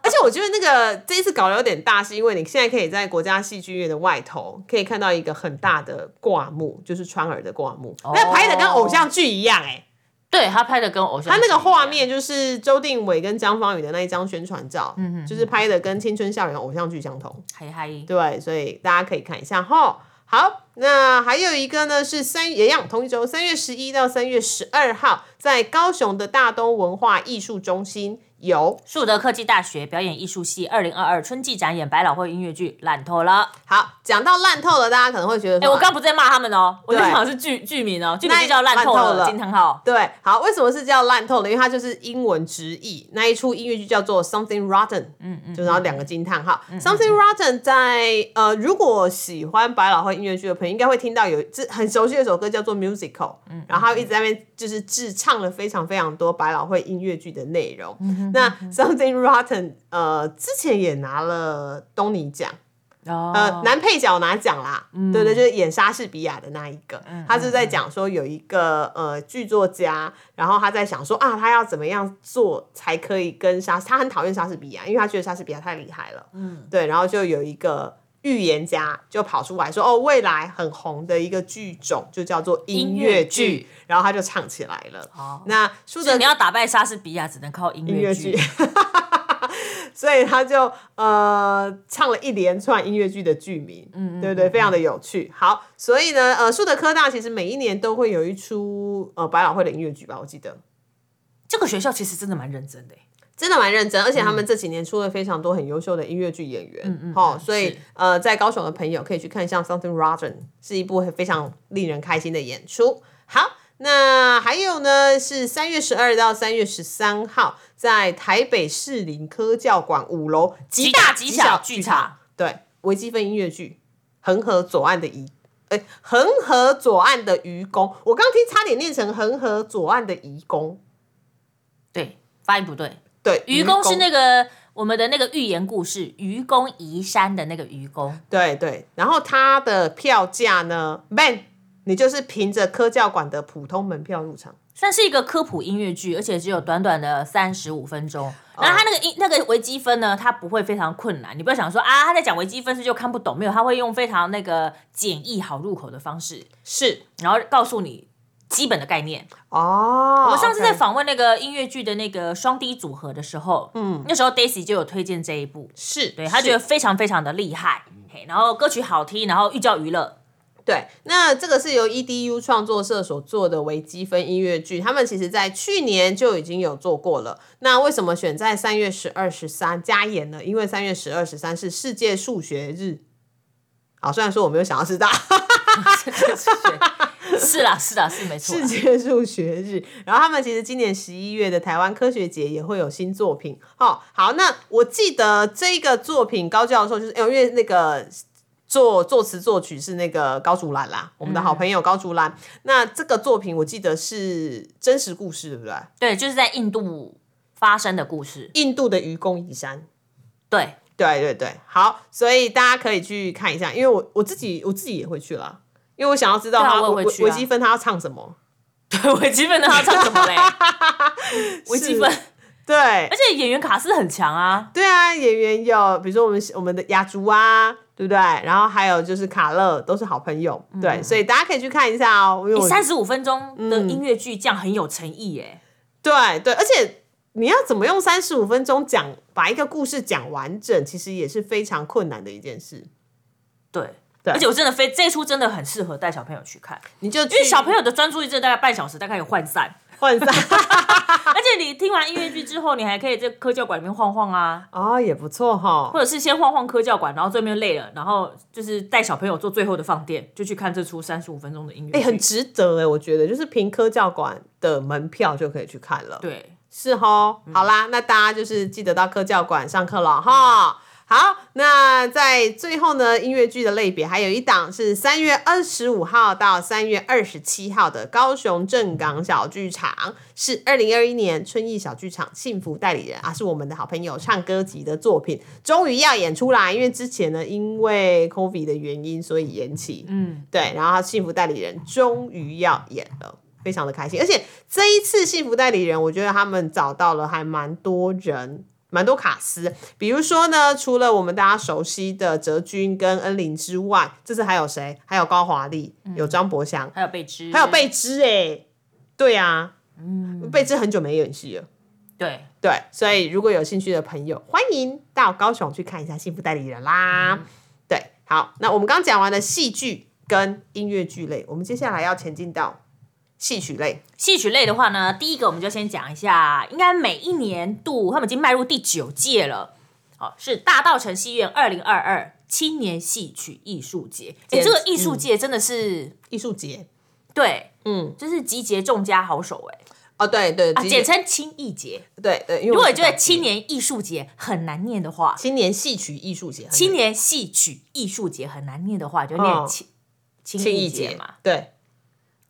而且我觉得那个这一次搞得有点大，是因为你现在可以在国家戏剧院的外头可以看到一个很大的挂幕，就是川儿的挂幕，
哦
那拍的跟偶像剧一样哎、
对他拍的跟偶像
他
剧一
那
样，
个画面就是周定伟跟张方宇的那一张宣传照，就是拍的跟青春校园偶像剧相同。
嗨嗨，
对，所以大家可以看一下哈。好，那还有一个呢是三也一样，同一周三月十一到三月十二号，在高雄的大东文化艺术中心有。
树德科技大学表演艺术系二零二二春季展演百老汇音乐剧，烂透了。
好，讲到烂透了，大家可能会觉得
哎、
说，
我刚不是在骂他们哦，我在
对
讲的是剧剧名哦，剧名
那
就叫烂透
烂透了
了，惊叹号。
对，好，为什么是叫烂透了？因为它就是英文直译，那一出音乐剧叫做 Something Rotten，嗯嗯，就然后两个惊叹号、s o m e t h i n g Rotten 在呃，如果喜欢百老汇音乐剧的朋友，应该会听到有这很熟悉的一首歌叫做 Musical，嗯，然后它一直在那边就是致唱了非常非常多百老汇音乐剧的内容。那 Something Rotten 呃，之前也拿了东尼奖，
哦，嗯
呃，男配角拿奖啦，对对，就是演莎士比亚的那一个，他是在讲说有一个呃剧作家，然后他在想说啊，他要怎么样做才可以跟莎，他很讨厌莎士比亚，因为他觉得莎士比亚太厉害了，嗯，对，然后就有一个。预言家就跑出来说：“哦，未来很红的一个剧种就叫做音乐剧。
音乐剧
然后他就唱起来了。
哦
那舒
所
德
以你要打败莎士比亚，只能靠音
音
乐
乐剧
剧。。
所以他就呃唱了一连串音乐剧的剧名，嗯对不对？非常的有趣。好，所以呢，呃，树德科大其实每一年都会有一出呃百老汇的音乐剧吧，我记得
这个学校其实真的蛮认真的耶，
真的蛮认真，而且他们这几年出了非常多很优秀的音乐剧演员，嗯哦，所以
是
呃，在高雄的朋友可以去看像《Something Rotten》是一部非常令人开心的演出。好，那还有呢是三月十二到三月十三号，在台北市林科教馆五楼极大极小剧场，对，微积分音乐剧《恒河左岸的遗》。哎，恒河左岸的愚公，我刚听差点念成恒河左岸的愚公，
对，发音不对。
对，
愚公是那个我们的那个寓言故事《愚公移山》的那个愚公，
对对，然后它的票价呢，Ben，你就是凭着科教馆的普通门票入场。
算是一个科普音乐剧，而且只有短短的三十五分钟。然后它那个音、那个微积分呢，它不会非常困难，你不要想说啊，他在讲微积分是就看不懂，没有，他会用非常那个简易好入口的方式，
是
然后告诉你基本的概念。
哦，
我上次在
OK
访问那个音乐剧的那个双低组合的时候，嗯，那时候 Daisy 就有推荐这一部，
是，
对他觉
是
得非常非常的厉害，嘿，然后歌曲好听，然后寓教于乐，
对，那这个是由 EDU 创作社所做的微积分音乐剧，他们其实在去年就已经有做过了。那为什么选在三月十二、十三加演呢？因为三月十二、十三是世界数学日。好，虽然说我没有想要知道
是啦是啦是没错啦
世，界数学日， 然后他们其实今年十一月的台湾科学节也会有新作品。哦，好，那我记得这个作品高教授就是，哎因为那个作作词作曲是那个高竹兰啦，我们的好朋友高竹兰。那这个作品我记得是真实故事，对不对？
对，就是在印度发生的故事，
印度的愚公移山。
对，
对对对，好，所以大家可以去看一下，因为我我自己我自己也会去啦，因为我想要知道
对啊
他
我也
维
会去啊
维基分他要唱什么。
对，微积分都要唱 什么嘞？微积分，
对
而且演员卡斯很强啊，
对啊，演员有，比如说我们我们的雅竹啊，对不对？然后还有就是卡乐，都是好朋友。对，所以大家可以去看一下哦，因为我
嗯三十五分钟的音乐剧这样很有诚意耶。
对对，而且你要怎么用三十五分钟讲把一个故事讲完整，其实也是非常困难的一件事。
对，
对啊
而且我真的非这一出真的很适合带小朋友去看，
你就因
因为小朋友的专注力真的大概半小时，大概有 涣散。
涣散
而且你听完音乐剧之后，你还可以在科教馆里面晃晃啊，
哦，也不错 哈、
或者是先晃晃科教馆，然后最后面累了，然后就是带小朋友做最后的放电，就去看这出三十五分钟的音乐
哎、
剧。
很值得哎、我觉得就是凭科教馆的门票就可以去看了。
对，
是吼，好啦，那大家就是记得到科教馆上课了哈。好，那在最后呢，音乐剧的类别还有一档是三月二十五号到三月二十七号的高雄正港小剧场，是二零二一年春意小剧场《幸福代理人》啊，是我们的好朋友唱歌集的作品，终于要演出啦！因为之前呢，因为 COVID 的原因，所以延期。
嗯，
对，然后他幸福代理人终于要演了，非常的开心。而且这一次幸福代理人，我觉得他们找到了还蛮多人。蛮多卡司，比如说呢，除了我们大家熟悉的哲君跟恩玲之外，这次还有谁？还有高华丽，有张博翔，
还有贝芝，
还有贝芝哎、对啊，嗯，贝芝很久没演戏了，
对，
对，所以如果有兴趣的朋友，欢迎到高雄去看一下《幸福代理人》啦。
嗯
对，好，那我们刚讲完了戏剧跟音乐剧类，我们接下来要前进到戏曲类。
戏曲类的话呢，第一个我们就先讲一下，应该每一年度他们已经迈入第九届了，哦，是大道城戏院二零二二青年戏曲艺术节。哎、
简
这个艺术界真的是、
艺术节，
对，
嗯，
就是集结众家好手哎、
哦，对对，
啊，简称青艺节。
对对，因为
如
我
果
是
你觉得
搞
青年艺术节很难念的话，
青年戏曲艺术节，
青年戏曲艺术节很难念的话，就
哦
念青嗯青
青
艺
艺
节
节
嘛。，
对。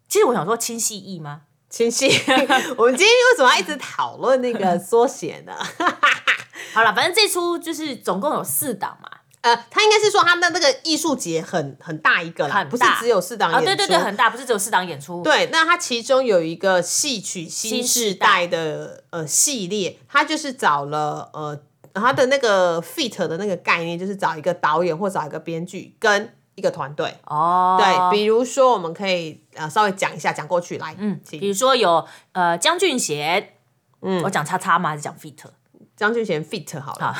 其实我想说青戏艺吗？
青 戏，我们今天为什么要一直讨论那个缩写呢？
好了，反正这出就是总共有四档嘛，
呃，他应该是说他的那个艺术节很很大一个啦，
很
不是
大
只有四档演
啊，
出，
对对对，很大，不是只有四档演出。
对，那它其中有一个戏曲新时代的呃系列，它就是找了呃它的那个 fit 的那个概念，就是找一个导演或找一个编剧跟一个团队。
哦，
对，比如说我们可以呃稍微讲一下，讲过去来，嗯，
比
请
如说有呃江俊贤，嗯，我讲叉叉吗？还是讲 fit？
张俊贤 fit 好了，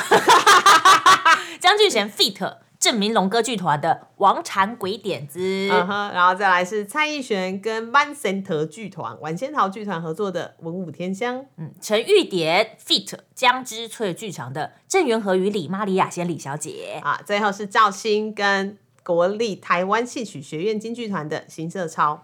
江俊贤 fit 郑明龙歌剧团的《王禅鬼点子》
嗯哼，然后再来是蔡依璇跟万森特剧团、晚仙桃剧团合作的《文武天香》，
嗯陈玉典 fit 江之翠剧场的郑元和与李玛利亚仙李小姐。
啊，最后是赵鑫跟国立台湾戏曲学院京剧团的邢社超。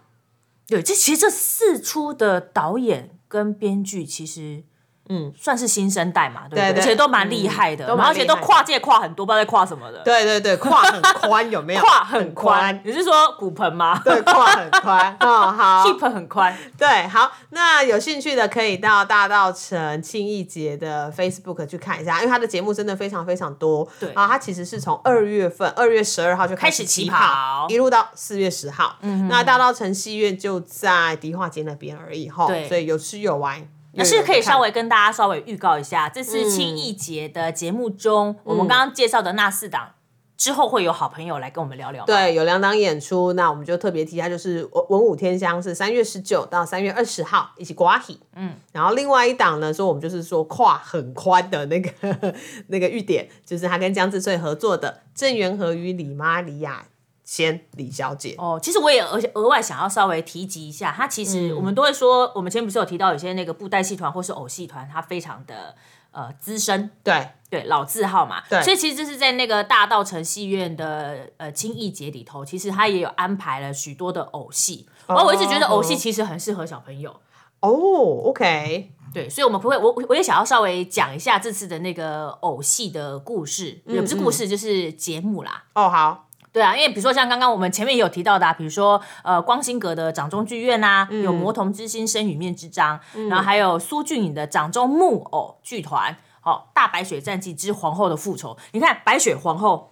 对，这其实这四出的导演跟编剧其实。嗯，算是新生代嘛，对不对？
对对
而且都蛮厉害的，
嗯都
然后
蛮
而
厉害
且
的
都跨界跨很多，不知道在跨什么的。
对对对，胯很宽，有没有？
跨很宽，，你是说骨盆吗？
对，胯很宽。哦，好，
屁盆很宽。
对，好，那有兴趣的可以到大道城庆义节的 Facebook 去看一下，因为他的节目真的非常非常多。
对
啊，他其实是从二月份，二月十二号就开
开始
始
起
起
跑
一路到四月十号。嗯，那大道城戏院就在迪化街那边而已哈，
对
所以有吃有玩。那
是可以稍微跟大家稍微预告一下，这
嗯
次青艺节的节目中，我们刚刚介绍的那四档之后会有好朋友来跟我们聊聊。，
对，有两档演出，那我们就特别提一下，就是《文文武天香》是三月十九到三月二十号一起刮戏，嗯，然后另外一档呢，说我们就是说跨很宽的那个 那个玉点，就是他跟江志翠合作的郑元和与李妈李雅仙李小姐，
哦，其实我也而且额外想要稍微提及一下，它其实
嗯
我们都会说，我们前不是有提到有些那个布袋戏团或是偶戏团，它非常的呃资深，
对
对老字号嘛，
对
所以其实这是在那个大道城戏院的呃青艺节里头，其实它也有安排了许多的偶戏，然后我一直觉得偶戏其实很适合小朋友。
哦，OK，
对，所以我们不会，我我也想要稍微讲一下这次的那个偶戏的故事，也不是故事，就是节目啦。
哦好，
对啊，因为比如说像刚刚我们前面也有提到的、啊，比如说呃光兴阁的掌中剧院啊，有《魔童之心》《生与面之章》然后还有苏俊颖的掌中木偶剧团。好，《大白雪战记之皇后的复仇》，你看白雪皇后，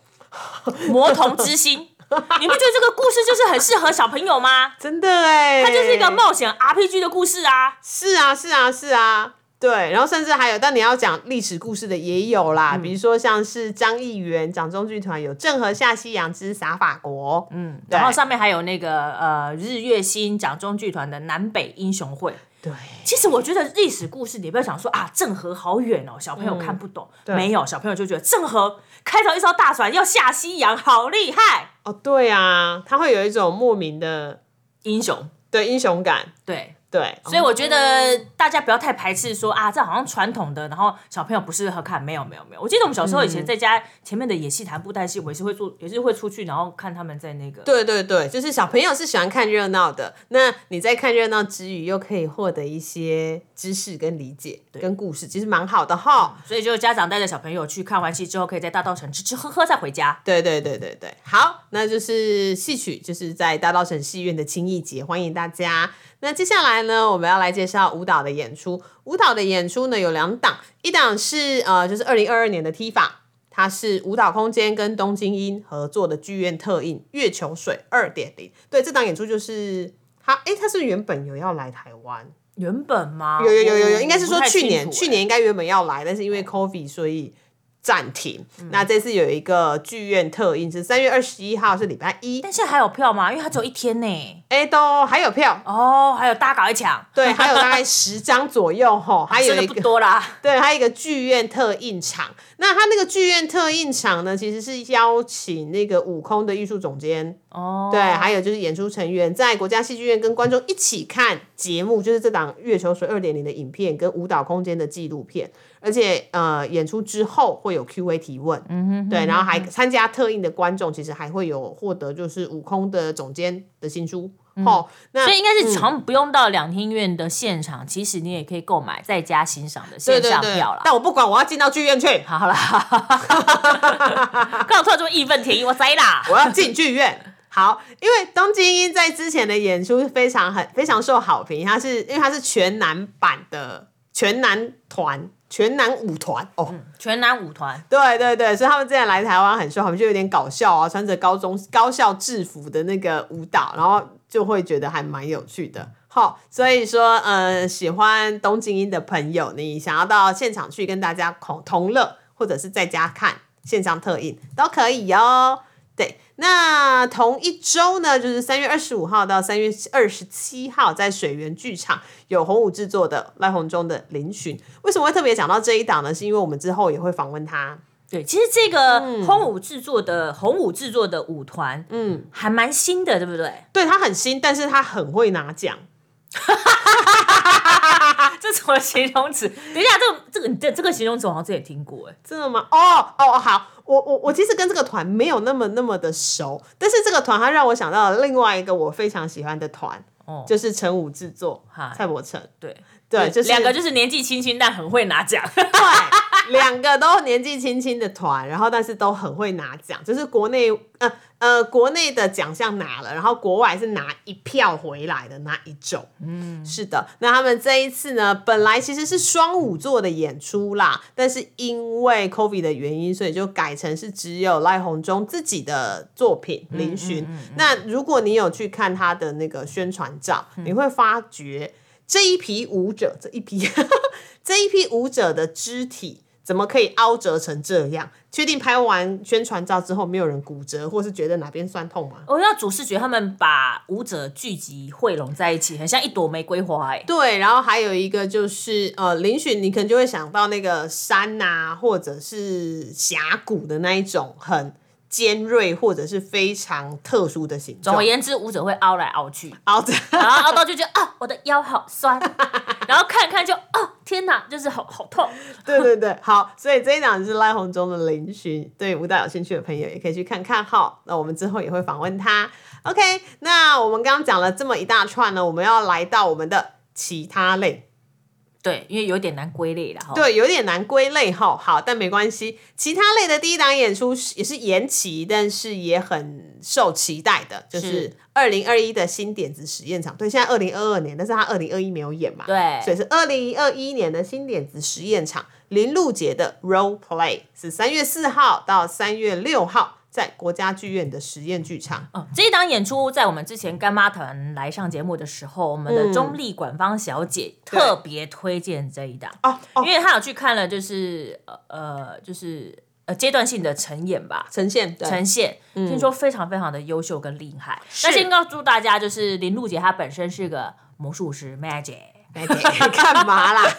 魔童之心，你不觉得这个故事就是很适合小朋友吗？
真的哎、
它就是一个冒险 RPG 的故事啊。
是啊，是啊，是啊，对。然后甚至还有，但你要讲历史故事的也有
嗯
啦，比如说像是张议员、掌中剧团有《郑和下西洋之撒法国》，嗯，
然后上面还有那个呃日月星掌中剧团的南北英雄会。
对，
其实我觉得历史故事，你不要想说啊，郑和好远哦，小朋友看不懂。
嗯对
没有，小朋友就觉得郑和开着一艘大船要下西洋，好厉害，
哦，对啊，他会有一种莫名的
英雄。
对英雄感，
对，
对，哦
所以我觉得大家不要太排斥说啊，这好像传统的，然后小朋友不适合看。没有，没有，没有。我记得我们小时候
嗯
以前在家前面的演戏、弹布袋戏，我也是会做，也是会出去，然后看他们在那个。
对对对，就是小朋友是喜欢看热闹的。那你在看热闹之余，又可以获得一些知识跟理解跟故事，其实蛮好的哈。
所以就家长带着小朋友去看完戏之后，可以在大道城吃吃喝喝再回家。
对对对对对，好，那就是戏曲，就是在大稻城戏院的青艺节，欢迎大家。那接下来呢，我们要来介绍舞蹈的演出。舞蹈的演出呢有两档，一档是呃，就是二零二二年的踢法，它是舞蹈空间跟东京音合作的剧院特映《月球水二点零》。对，这档演出就是它，诶，它是原本有要来台湾，
原本吗？
有有有有
我
有，应该是说
不太
去
清
年，
楚
去
欸嗯
年应该原本要来，但是因为 COVID 所以暂停。那这次有一个剧院特映是三月二十一号，是礼拜一，
但现在还有票吗？因为它只有一天呢。
哎、都还有票，
哦，还有大家搞一抢，
对，还 有大概十张左右吼，还有
真
一
的不
个。
多 啦。
对，还有一个剧院特映场。那他那个剧院特映场呢，其实是邀请那个悟空的艺术总监，
哦，
对，还有就是演出成员在国家戏剧院跟观众一起看节目，就是这档《月球水二点零》的影片跟舞蹈空间的纪录片，而且呃，演出之后会有 Q&A 提问，嗯哼对，然后还参加特映的观众其实还会有获得就是悟空的总监的新书。哦，那
所以应该是好像不用到两厅院的现场，其实你也可以购买在家欣赏的
对
线
对
上
对
票啦。，
但我不管，我要进到剧院去，
好啦，刚好突然这么义愤填膺，我栽啦。
我要进剧院。好，因为东京音在之前的演出非常很非常受好评，它是因为它是全男版的全男团、全男舞团哦，
全男舞团，
对对对，所以他们之前来台湾很受好评，就有点搞笑啊，穿着高中高校制服的那个舞蹈，然后就会觉得还蛮有趣的。好，所以说，呃，喜欢东京音的朋友，你想要到现场去跟大家同同乐，或者是在家看线上特映都可以哦。对，那同一周呢，就是三月二十五号到三月二十七号，在水源剧场有洪武制作的赖鸿忠的《嶙峋》。为什么会特别讲到这一档呢？是因为我们之后也会访问他。
对，其实这个
嗯
红舞制作的红舞制作的舞团，嗯，还蛮新的，对不对？
对他很新，但是他很会拿奖。
啊这什么形容词？等一下，这个这个你这这个形容词我好像之前也听过，哎，
真的吗？哦哦，好，我我我其实跟这个团没有那么那么的熟，但是这个团它让我想到了另外一个我非常喜欢的团，
哦
就是陈武制作
嗨，
蔡柏成，
对
对，就是
两个就是年纪轻轻但很会拿奖，
对，两个都年纪轻轻的团，然后但是都很会拿奖，就是国内呃呃国内的奖项拿了，然后国外是拿一票回来的那一种。嗯，是的。那他们这一次呢，本来其实是双舞座的演出啦，但是因为 COVID 的原因，所以就改成是只有赖鸿忠自己的作品《嶙峋》那如果你有去看他的那个宣传照，你会发觉。这一批舞者，这一批这一批舞者的肢体怎么可以凹折成这样？确定拍完宣传照之后，没有人骨折，或是觉得哪边酸痛吗？
我要主视觉他们把舞者聚集汇拢在一起，很像一朵玫瑰花、哎，
对，啊然后还有一个就是呃，林雪，你可能就会想到那个山呐、或者是峡谷的那一种很尖锐或者是非常特殊的形
总
状
而。言之，舞者会凹来凹去，
凹着，
然后凹到就觉得啊，我的腰 好酸，然后看看就啊，天哪，就是好好 痛。
对对对，好，所以这一档就是赖鸿忠的嶙峋，对舞蹈有兴趣的朋友也可以去看看哈。那我们之后也会访问他。OK，那我们刚刚讲了这么一大串呢，我们要来到我们的其他类。
对，因为有点难归类了哈。
对，有点难归类哈。好，但没关系。其他类的第一档演出是也是延期，但是也很受期待的，就是
是
二零二一的新点子实验场。对，现在二零二二年，但是他二零二一没有演嘛，
对
所以是二零二一年的新点子实验场林露姐的 Role Play 是三月四号到三月六号在国家剧院的实验剧场。
哦，这一档演出在我们之前干妈团来上节目的时候，我们的中立管方小姐
嗯对
特别推荐这一档，
哦哦，
因为她有去看了，就是呃呃，就是呃阶段性的呈演吧。
呈现对嗯
呈现，听说非常非常的优秀跟厉害。
是
那先告诉大家，就是林露姐她本身是个魔术 师 magic。
哎对干嘛啦？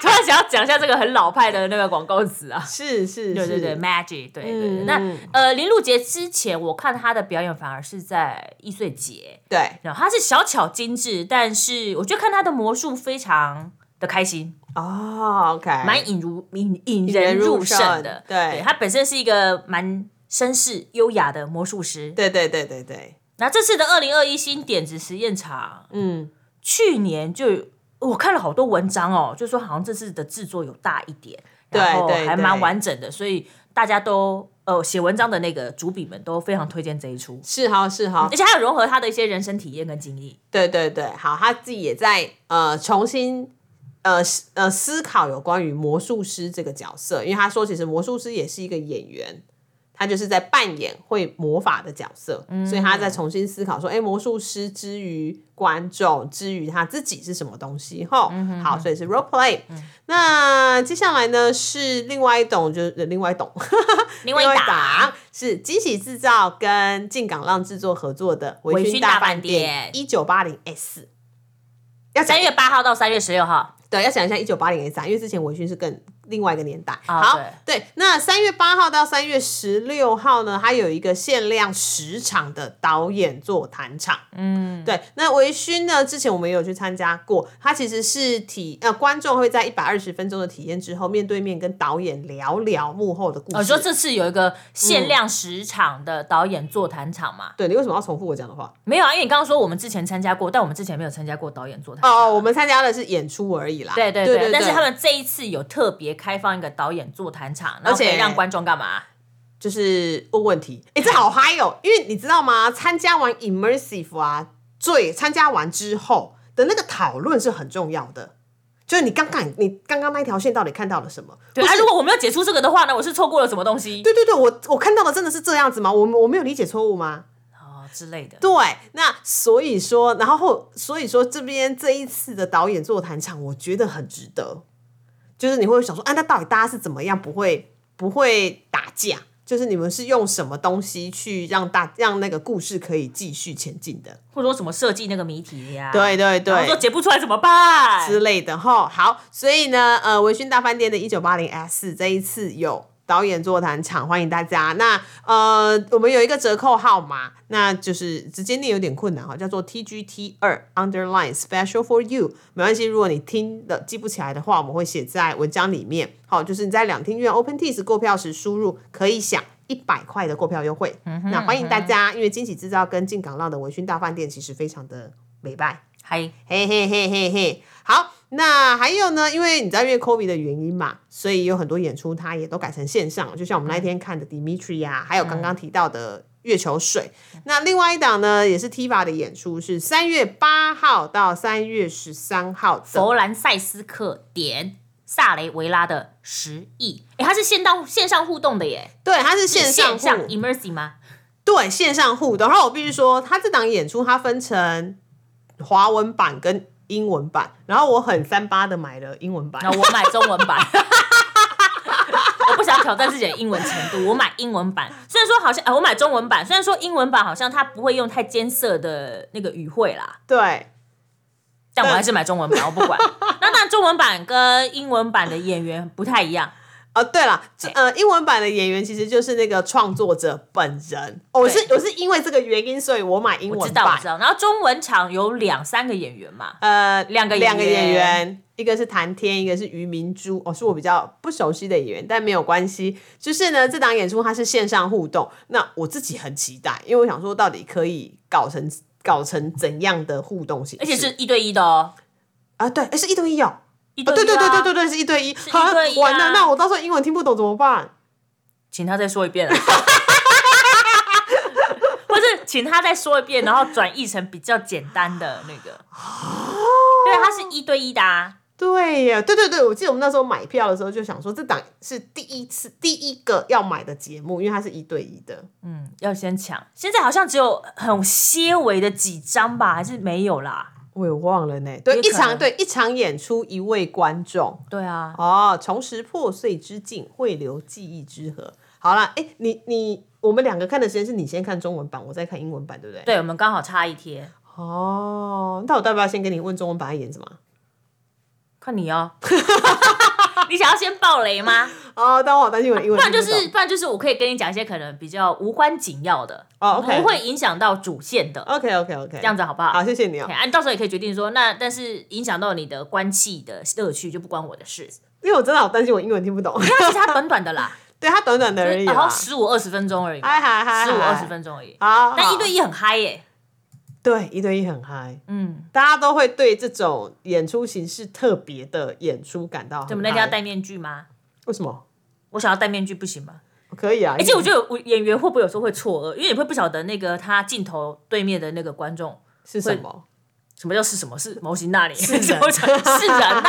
突然想要讲一下这个很老派的那个广告词啊，
是是，
对对
是
对，magic，对对对。
嗯
那
嗯
呃，林露杰之前我看她的表演反而是在易碎节，
对。
然后她是小巧精致，但是我觉得看她的魔术非常的开心，
哦，OK，
蛮引如引
引
引
人
人入
入
胜
胜
的。
对
她本身是一个蛮绅士优雅的魔术师。
对对对对对，
那这次的二零二一新点子实验场，
嗯，
去年就我看了好多文章哦，就说好像这次的制作有大一点，然后
对对
还蛮
对
完整的，所以大家都呃写文章的那个主笔们都非常推荐这一出，
是哈是哈
而，且还有融合他的一些人生体验跟经历。
对对对，好，他自己也在呃重新。呃思呃，思考有关于魔术师这个角色，因为他说，其实魔术师也是一个演员，他就是在扮演会魔法的角色，
嗯
所以他在重新思考说，哎、魔术师之于观众，之于他自己是什么东西？吼，
嗯
好，所以是 role play。那接下来呢是另外一种，就是呃另外一种，
另外一档
档是惊喜制造跟进港浪制作合作的《
微
微
醺
醺
大
大
饭
饭
店
店》一九八零 S。要讲
三月八号到三月十六号，
对，要讲一下一九八零 S 啊，因为之前微醺是更另外一个年代。
啊
好，对，那三月八号到三月十六号呢，它有一个限量十场的导演座谈场。
嗯，
对，那微醺呢？之前我们也有去参加过，它其实是体呃观众会在一百二十分钟的体验之后，面对面跟导演聊聊幕后的故事。
我哦说这次有一个限量十场的导演座谈场嘛，
对你为什么要重复我讲的话？
没有啊，因为你刚刚说我们之前参加过，但我们之前没有参加过导演座谈场。
哦，哦，我们参加的是演出而已啦。
对对
对
对，但是他们这一次有特别开放一个导演座谈场，然后可以
而且
让观众干嘛？
就是问问题，哎、这好嗨哦！因为你知道吗？参加完 immersive 啊，最参加完之后的那个讨论是很重要的。就是你刚刚你刚刚那一条线到底看到了什么？
对
或
啊，
是
如果我没有解出这个的话呢，我是错过了什么东西
对对对，我我看到的真的是这样子吗？我我没有理解错误吗？
哦之类的。
对，那所以说，然后所以说这边这一次的导演座谈场，我觉得很值得。就是你会想说，啊，那到底大家是怎么样不会不会打架？就是你们是用什么东西去让大让那个故事可以继续前进的？
或者说什么设计那个谜题呀、
对对
然后说
对。
解不出来怎么办？
之类的哈，好，所以呢，呃，维醺大饭店的一九八零 S 这一次有导演座谈场，欢迎大家。那呃，我们有一个折扣号码，那就是直接念有点困难哈，叫做 TGT 二 Underline Special for You，没关系，如果你听的记不起来的话，我们会写在文章里面。好，就是你在两厅院 OpenTix 购票时输入可以享。一百块的购票优惠，那欢迎大家，因为惊喜制造跟进港浪的维醺大饭店其实非常的美拜，
嗨，
嘿嘿嘿嘿嘿，好，那还有呢？因为你知道，因为 COVID 的原因嘛，所以有很多演出它也都改成线上了，就像我们那一天看的 Dimitri 啊，还有刚刚提到的月球水。那另外一档呢，也是 Tiva 的演出，是三月八号到三月十三号的。
佛兰塞斯克点萨雷维拉的十亿，哎，它是线到线上互动的耶，
对，它是线上
线上
互
immersive 吗？
对线上互动。然后我必须说，它这档演出它分成华文版跟英文版，然后我很三八的买了英文版
那。我买中文版。 我不想挑战自己的英文程度，我买英文版。虽然说好像，哎、我买中文版。虽然说英文版好像它不会用太艰涩的那个语汇啦，
对，
但我还是买中文版，我不 管。那当然，中文版跟英文版的演员不太一样，
哦，对了，这呃，英文版的演员其实就是那个创作者本人。哦、我是我是因为这个原因，所以我买英
我知
文
道我
版
知。道。然后中文场有两三个演员嘛，
呃，
两个演
两个演
员
员，一个是谭天，一个是于明珠。哦，是我比较不熟悉的演员，但没有关系。就是呢，这档演出它是线上互动，那我自己很期待，因为我想说到底可以搞成搞成怎样的互动形式，
而且是一对一的哦，
啊，对，诶是一对一哦，
一
哦，
对
对对
一
对
啊
对对，对，是一对一，
是一
啊
对一啊
完了，那我到时候英文听不懂怎么办？
请他再说一遍啊， 或是请他再说一遍，然后转译成比较简单的那个。对，它是一对一的啊。
对呀，对对对，我记得我们那时候买票的时候就想说，这档是第一次第一个要买的节目，因为它是一对一的。
嗯，要先抢。现在好像只有很些微的几张吧，还是没有啦？
我也忘了呢。对，
也
一
可
场
能
对一场演出一位观众
对啊，
哦，重拾破碎之境，汇流记忆之河。好了，哎，你你我们两个看的时间是你先看中文版，我再看英文版，对不对？
对，我们刚好差一贴。
哦，那我要不要先跟你问中文版在演什么？
看你哦， 你想要先爆雷吗？
哦，但我好担心我的英
不
文
然
听
就
不懂。
是，不然就是，我可以跟你讲一些可能比较无关紧要的，
哦，OK
不会影响到主线的，
OK OK OK，
这样子好不好？
好，谢谢你哦
OK，。啊，你到时候也可以决定说，那但是影响到你的关系的乐趣就不关我的事。
因为我真的好担心我英文听不懂。
那其实它短短的啦，
对，它短短的而已
然后
啦。
十五二十分钟而已嘛，
啊嗨嗨嗨，
十五
嗨
二十分钟而已。
好，
但一对
一
一很嗨耶，
对一对一很嗨，
嗯，
大家都会对这种演出形式特别的演出感到很嗨。
对，我们那天要戴面具吗？
为什么？
我想要戴面具不行吗？
可以啊，
而且我觉得我演员会不会有时候会错愕，因为你会不晓得那个他镜头对面的那个观众
是什么？
什么叫是什么是模型那里是
人
是人 呐、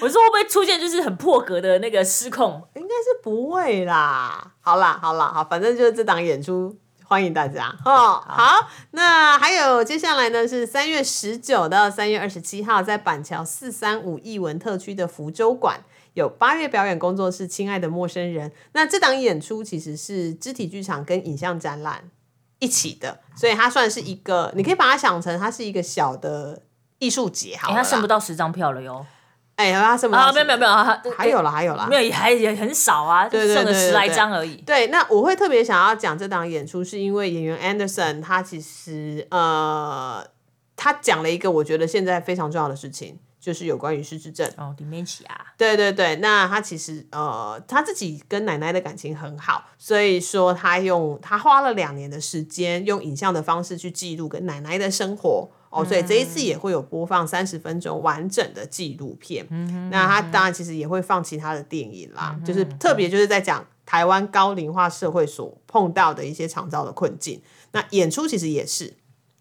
我说会不会出现就是很破格的那个失控？
应该是不会啦。好啦，好啦，好，反正就是这档演出。欢迎大家哦！好，那还有接下来呢是三月十九到三月二十七号，在板桥四三五艺文特区的福州馆有八月表演工作室《亲爱的陌生人》。那这档演出其实是肢体剧场跟影像展览一起的，所以它算是一个，你可以把它想成它是一个小的艺术节好
哎、
了啦。
他剩不到十张票了哟！
哎，它剩不到
啊，没有没有没有，啊
还有啦，还有啦，
没有也还也很少啊，
对对
剩个
对对
十来
对
张而已。
对，那我会特别想要讲这档演出，是因为演员 Anderson 他其实呃，他讲了一个我觉得现在非常重要的事情，就是有关于失智症。
哦，里面起啊，
对对对，那他其实呃，他自己跟奶奶的感情很好，所以说他用他花了两年的时间，用影像的方式去记录跟奶奶的生活。哦，所以这一次也会有播放三十分钟完整的纪录片。那他当然其实也会放其他的电影啦，就是特别就是在讲台湾高龄化社会所碰到的一些长照的困境。那演出其实也是，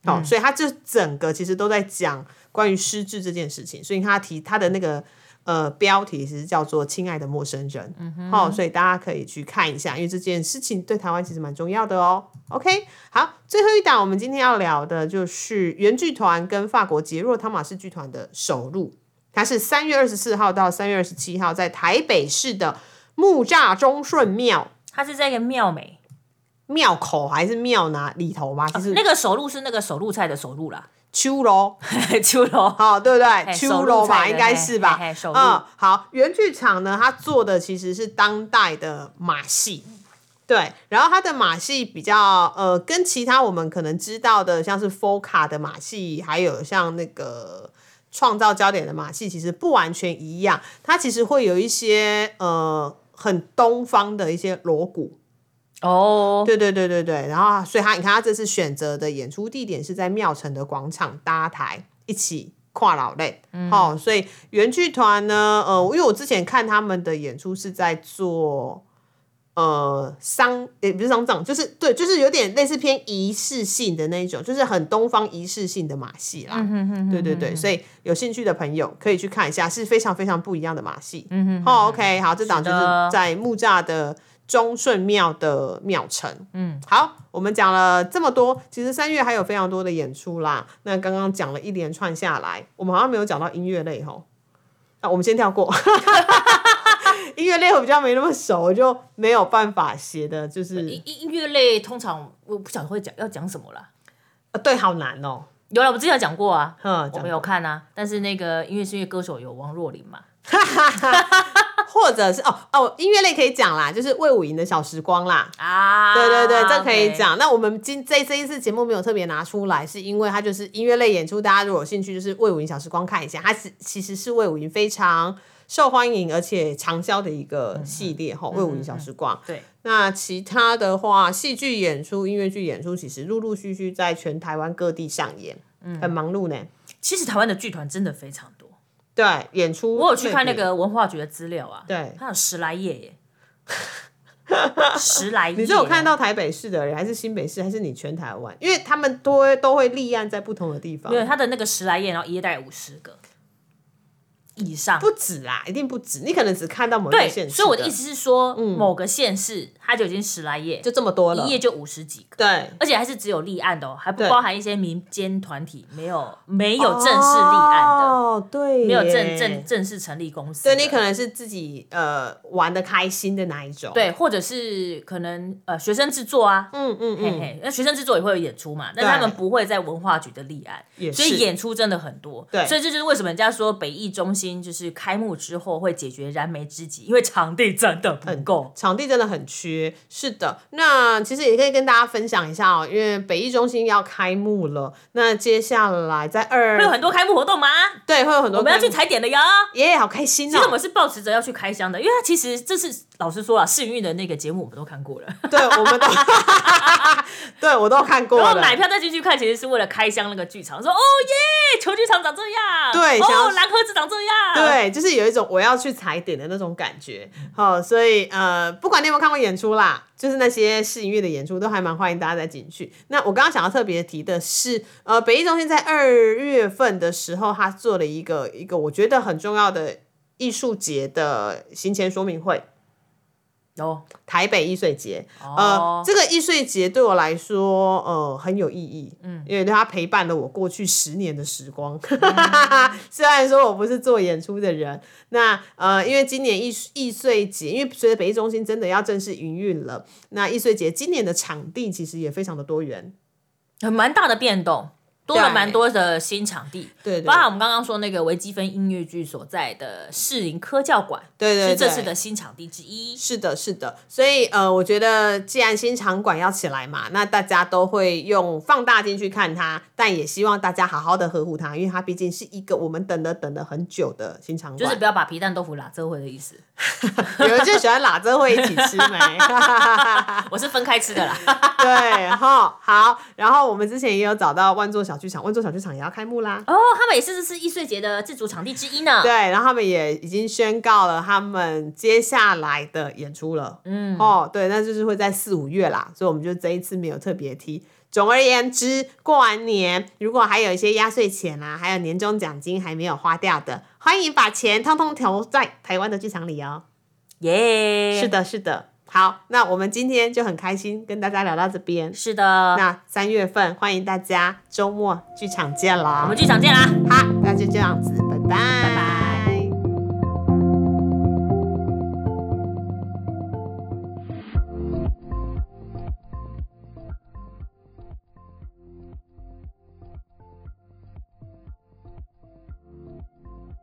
哦，所以他这整个其实都在讲关于失智这件事情。所以他提他的那个呃标题其实叫做《亲爱的陌生人》，哦，所以大家可以去看一下，因为这件事情对台湾其实蛮重要的哦。OK，好，最后一档我们今天要聊的就是原剧团跟法国杰若汤马士剧团的首录，它是三月二十四号到三月二十七号在台北市的木栅中顺庙
它是在一个庙美，
庙口还是庙哪里头吧？就是
哦那个手路是那个手路菜的手路啦，
秋楼。
秋楼。
好，对不
嘿
对？秋楼
手入菜
吧，
的
应该是吧
嘿嘿嘿手。入
嗯，好，原剧场呢，它做的其实是当代的马戏。对，然后它的马戏比较呃，跟其他我们可能知道的，像是 f o c a 的马戏，还有像那个创造焦点的马戏，其实不完全一样。它其实会有一些呃很东方的一些锣鼓，
哦，
对对对对对，然后所以他你看他这次选择的演出地点是在庙城的广场搭台一起跨老类，好、所以原剧团呢，呃，因为我之前看他们的演出是在做。呃，丧也不是丧葬，就是对，就是有点类似偏仪式性的那一种，就是很东方仪式性的马戏啦。对对对，所以有兴趣的朋友可以去看一下，是非常非常不一样的马戏。嗯哼哦，OK，好，这档就是
是的
在木栅的忠顺庙的庙城。嗯，好，我们讲了这么多，其实三月还有非常多的演出啦。那刚刚讲了一连串下来，我们好像没有讲到音乐类吼。啊那、我们先跳过。 音乐类我比较没那么熟，我就没有办法写的，就是
音音乐类通常我不晓得会讲要讲什么啦。
啊，对，好难哦。
有了，我们之前有讲过啊，
嗯，
我们有看啊，但是那个音乐是因为歌手有王若琳嘛，
或者是哦哦，音乐类可以讲啦，就是魏武营的小时光啦。
啊，
对对对，这可以
OK
讲。那我们今这这一次节目没有特别拿出来，是因为它就是音乐类演出，大家如果有兴趣，就是魏武营小时光看一下。它是其实是魏武营非常受欢迎而且长销的一
嗯
个系列哈，魏武营小时光。
对，
那其他的话，戏剧演出、音乐剧演出，其实陆陆续续
嗯
在全台湾各地上演，很忙碌呢。
其实台湾的剧团真的非常多，
对，演出
我有去看那
类
个文化局的资料啊，
对
它有十来页 耶，十来页。
比。你是有看？到台北市的人，还是新北市，还是你全台湾？因为他们都会都会立案在不同的地方
没，有，它的那个十来页，然后一页大概五十个以上。
不止啦，一定不止。你可能只看到某一个
对，
县市，
所以我的意，思是说，某个县市它就已经十来页，
嗯就这么多了
一。页就五十几个。
对，
而且还是只有立案的哦，还不
对
包含一些民间团体，没有没有正式立案的，
哦，对耶，
没有正正正式成立公司的。
对你可能是自己呃玩的开心的那一种，，
对，或者是可能呃学生制作啊，
嗯嗯
嘿
嗯，
嘿，那学生制作也会有演出嘛，但
对
他们不会在文化局的立案，
也
所以
是
演出真的很多。
对
所以这就是为什么人家说北艺中心就是开幕之后会解决燃眉之急，因为场地真的不够。
场地真的很缺，是的。那其实也可以跟大家分享一下哦，因为北艺中心要开幕了，那接下来在二
会有很多开幕活动吗？
对会有很多
我们要去
开幕，
踩点的呀！
耶好开心
其实我
哦！
们是抱持着要去开箱的，因为它其实这是老实说啊，试营运的那个节目我们都看过了，
对，我们 都，对我都看过了，
然后 买票再进去看，其实是为了开箱那个剧场，说哦耶，球剧场长这样，
对想要
哦蓝盒子长这样，，
对，就是有一种我要去踩点的那种感觉。好、所以呃，不管你有没有看过演出啦，就是那些试音乐的演出，都还蛮欢迎大家再进去。那我刚刚想要特别提的是，呃，北艺中心在二月份的时候，他做了一个一个我觉得很重要的艺术节的行前说明会。
有
台北艺穗节，
哦
呃，这个艺穗节对我来说，呃，很有意义，嗯，因为它陪伴了我过去十年的时光。
嗯
虽然说我不是做演出的人，那呃，因为今年艺艺穗节，因为随着北艺中心真的要正式营运了，那艺穗节今年的场地其实也非常的多元，
很蛮大的变动，多了
对
蛮多的新场地，
对对
包含我们刚刚说那个维基芬音乐剧所在的士林科教馆，
对对对，
是这次的新场地之一。
是的，是的，所以呃，我觉得既然新场馆要起来嘛，那大家都会用放大镜去看它，但也希望大家好好的呵护它，因为它毕竟是一个我们等了等了很久的新场
就是
馆。
不要把皮蛋豆腐拉这会的意思，
有人就喜欢拉着会一起吃没？
我是分开吃的啦。
对哈，好。然后我们之前也有找到万座小剧场，万座小剧场也要开幕啦。
哦，他们也是这次易碎节的自主场地之一呢。
对，然后他们也已经宣告了他们接下来的演出了。嗯，哦，对，那就是会在四五月啦，所以我们就这一次没有特别提。总而言之，过完年如果还有一些压岁钱啊，还有年终奖金还没有花掉的，欢迎把钱通通投在台湾的剧场里哦。
耶，
是，的，是的。好，那我们今天就很开心跟大家聊到这边。
是的。
那三月份欢迎大家周末剧场见
我
啦
们。剧场见啦，
好，那就这样子，拜拜，拜
拜。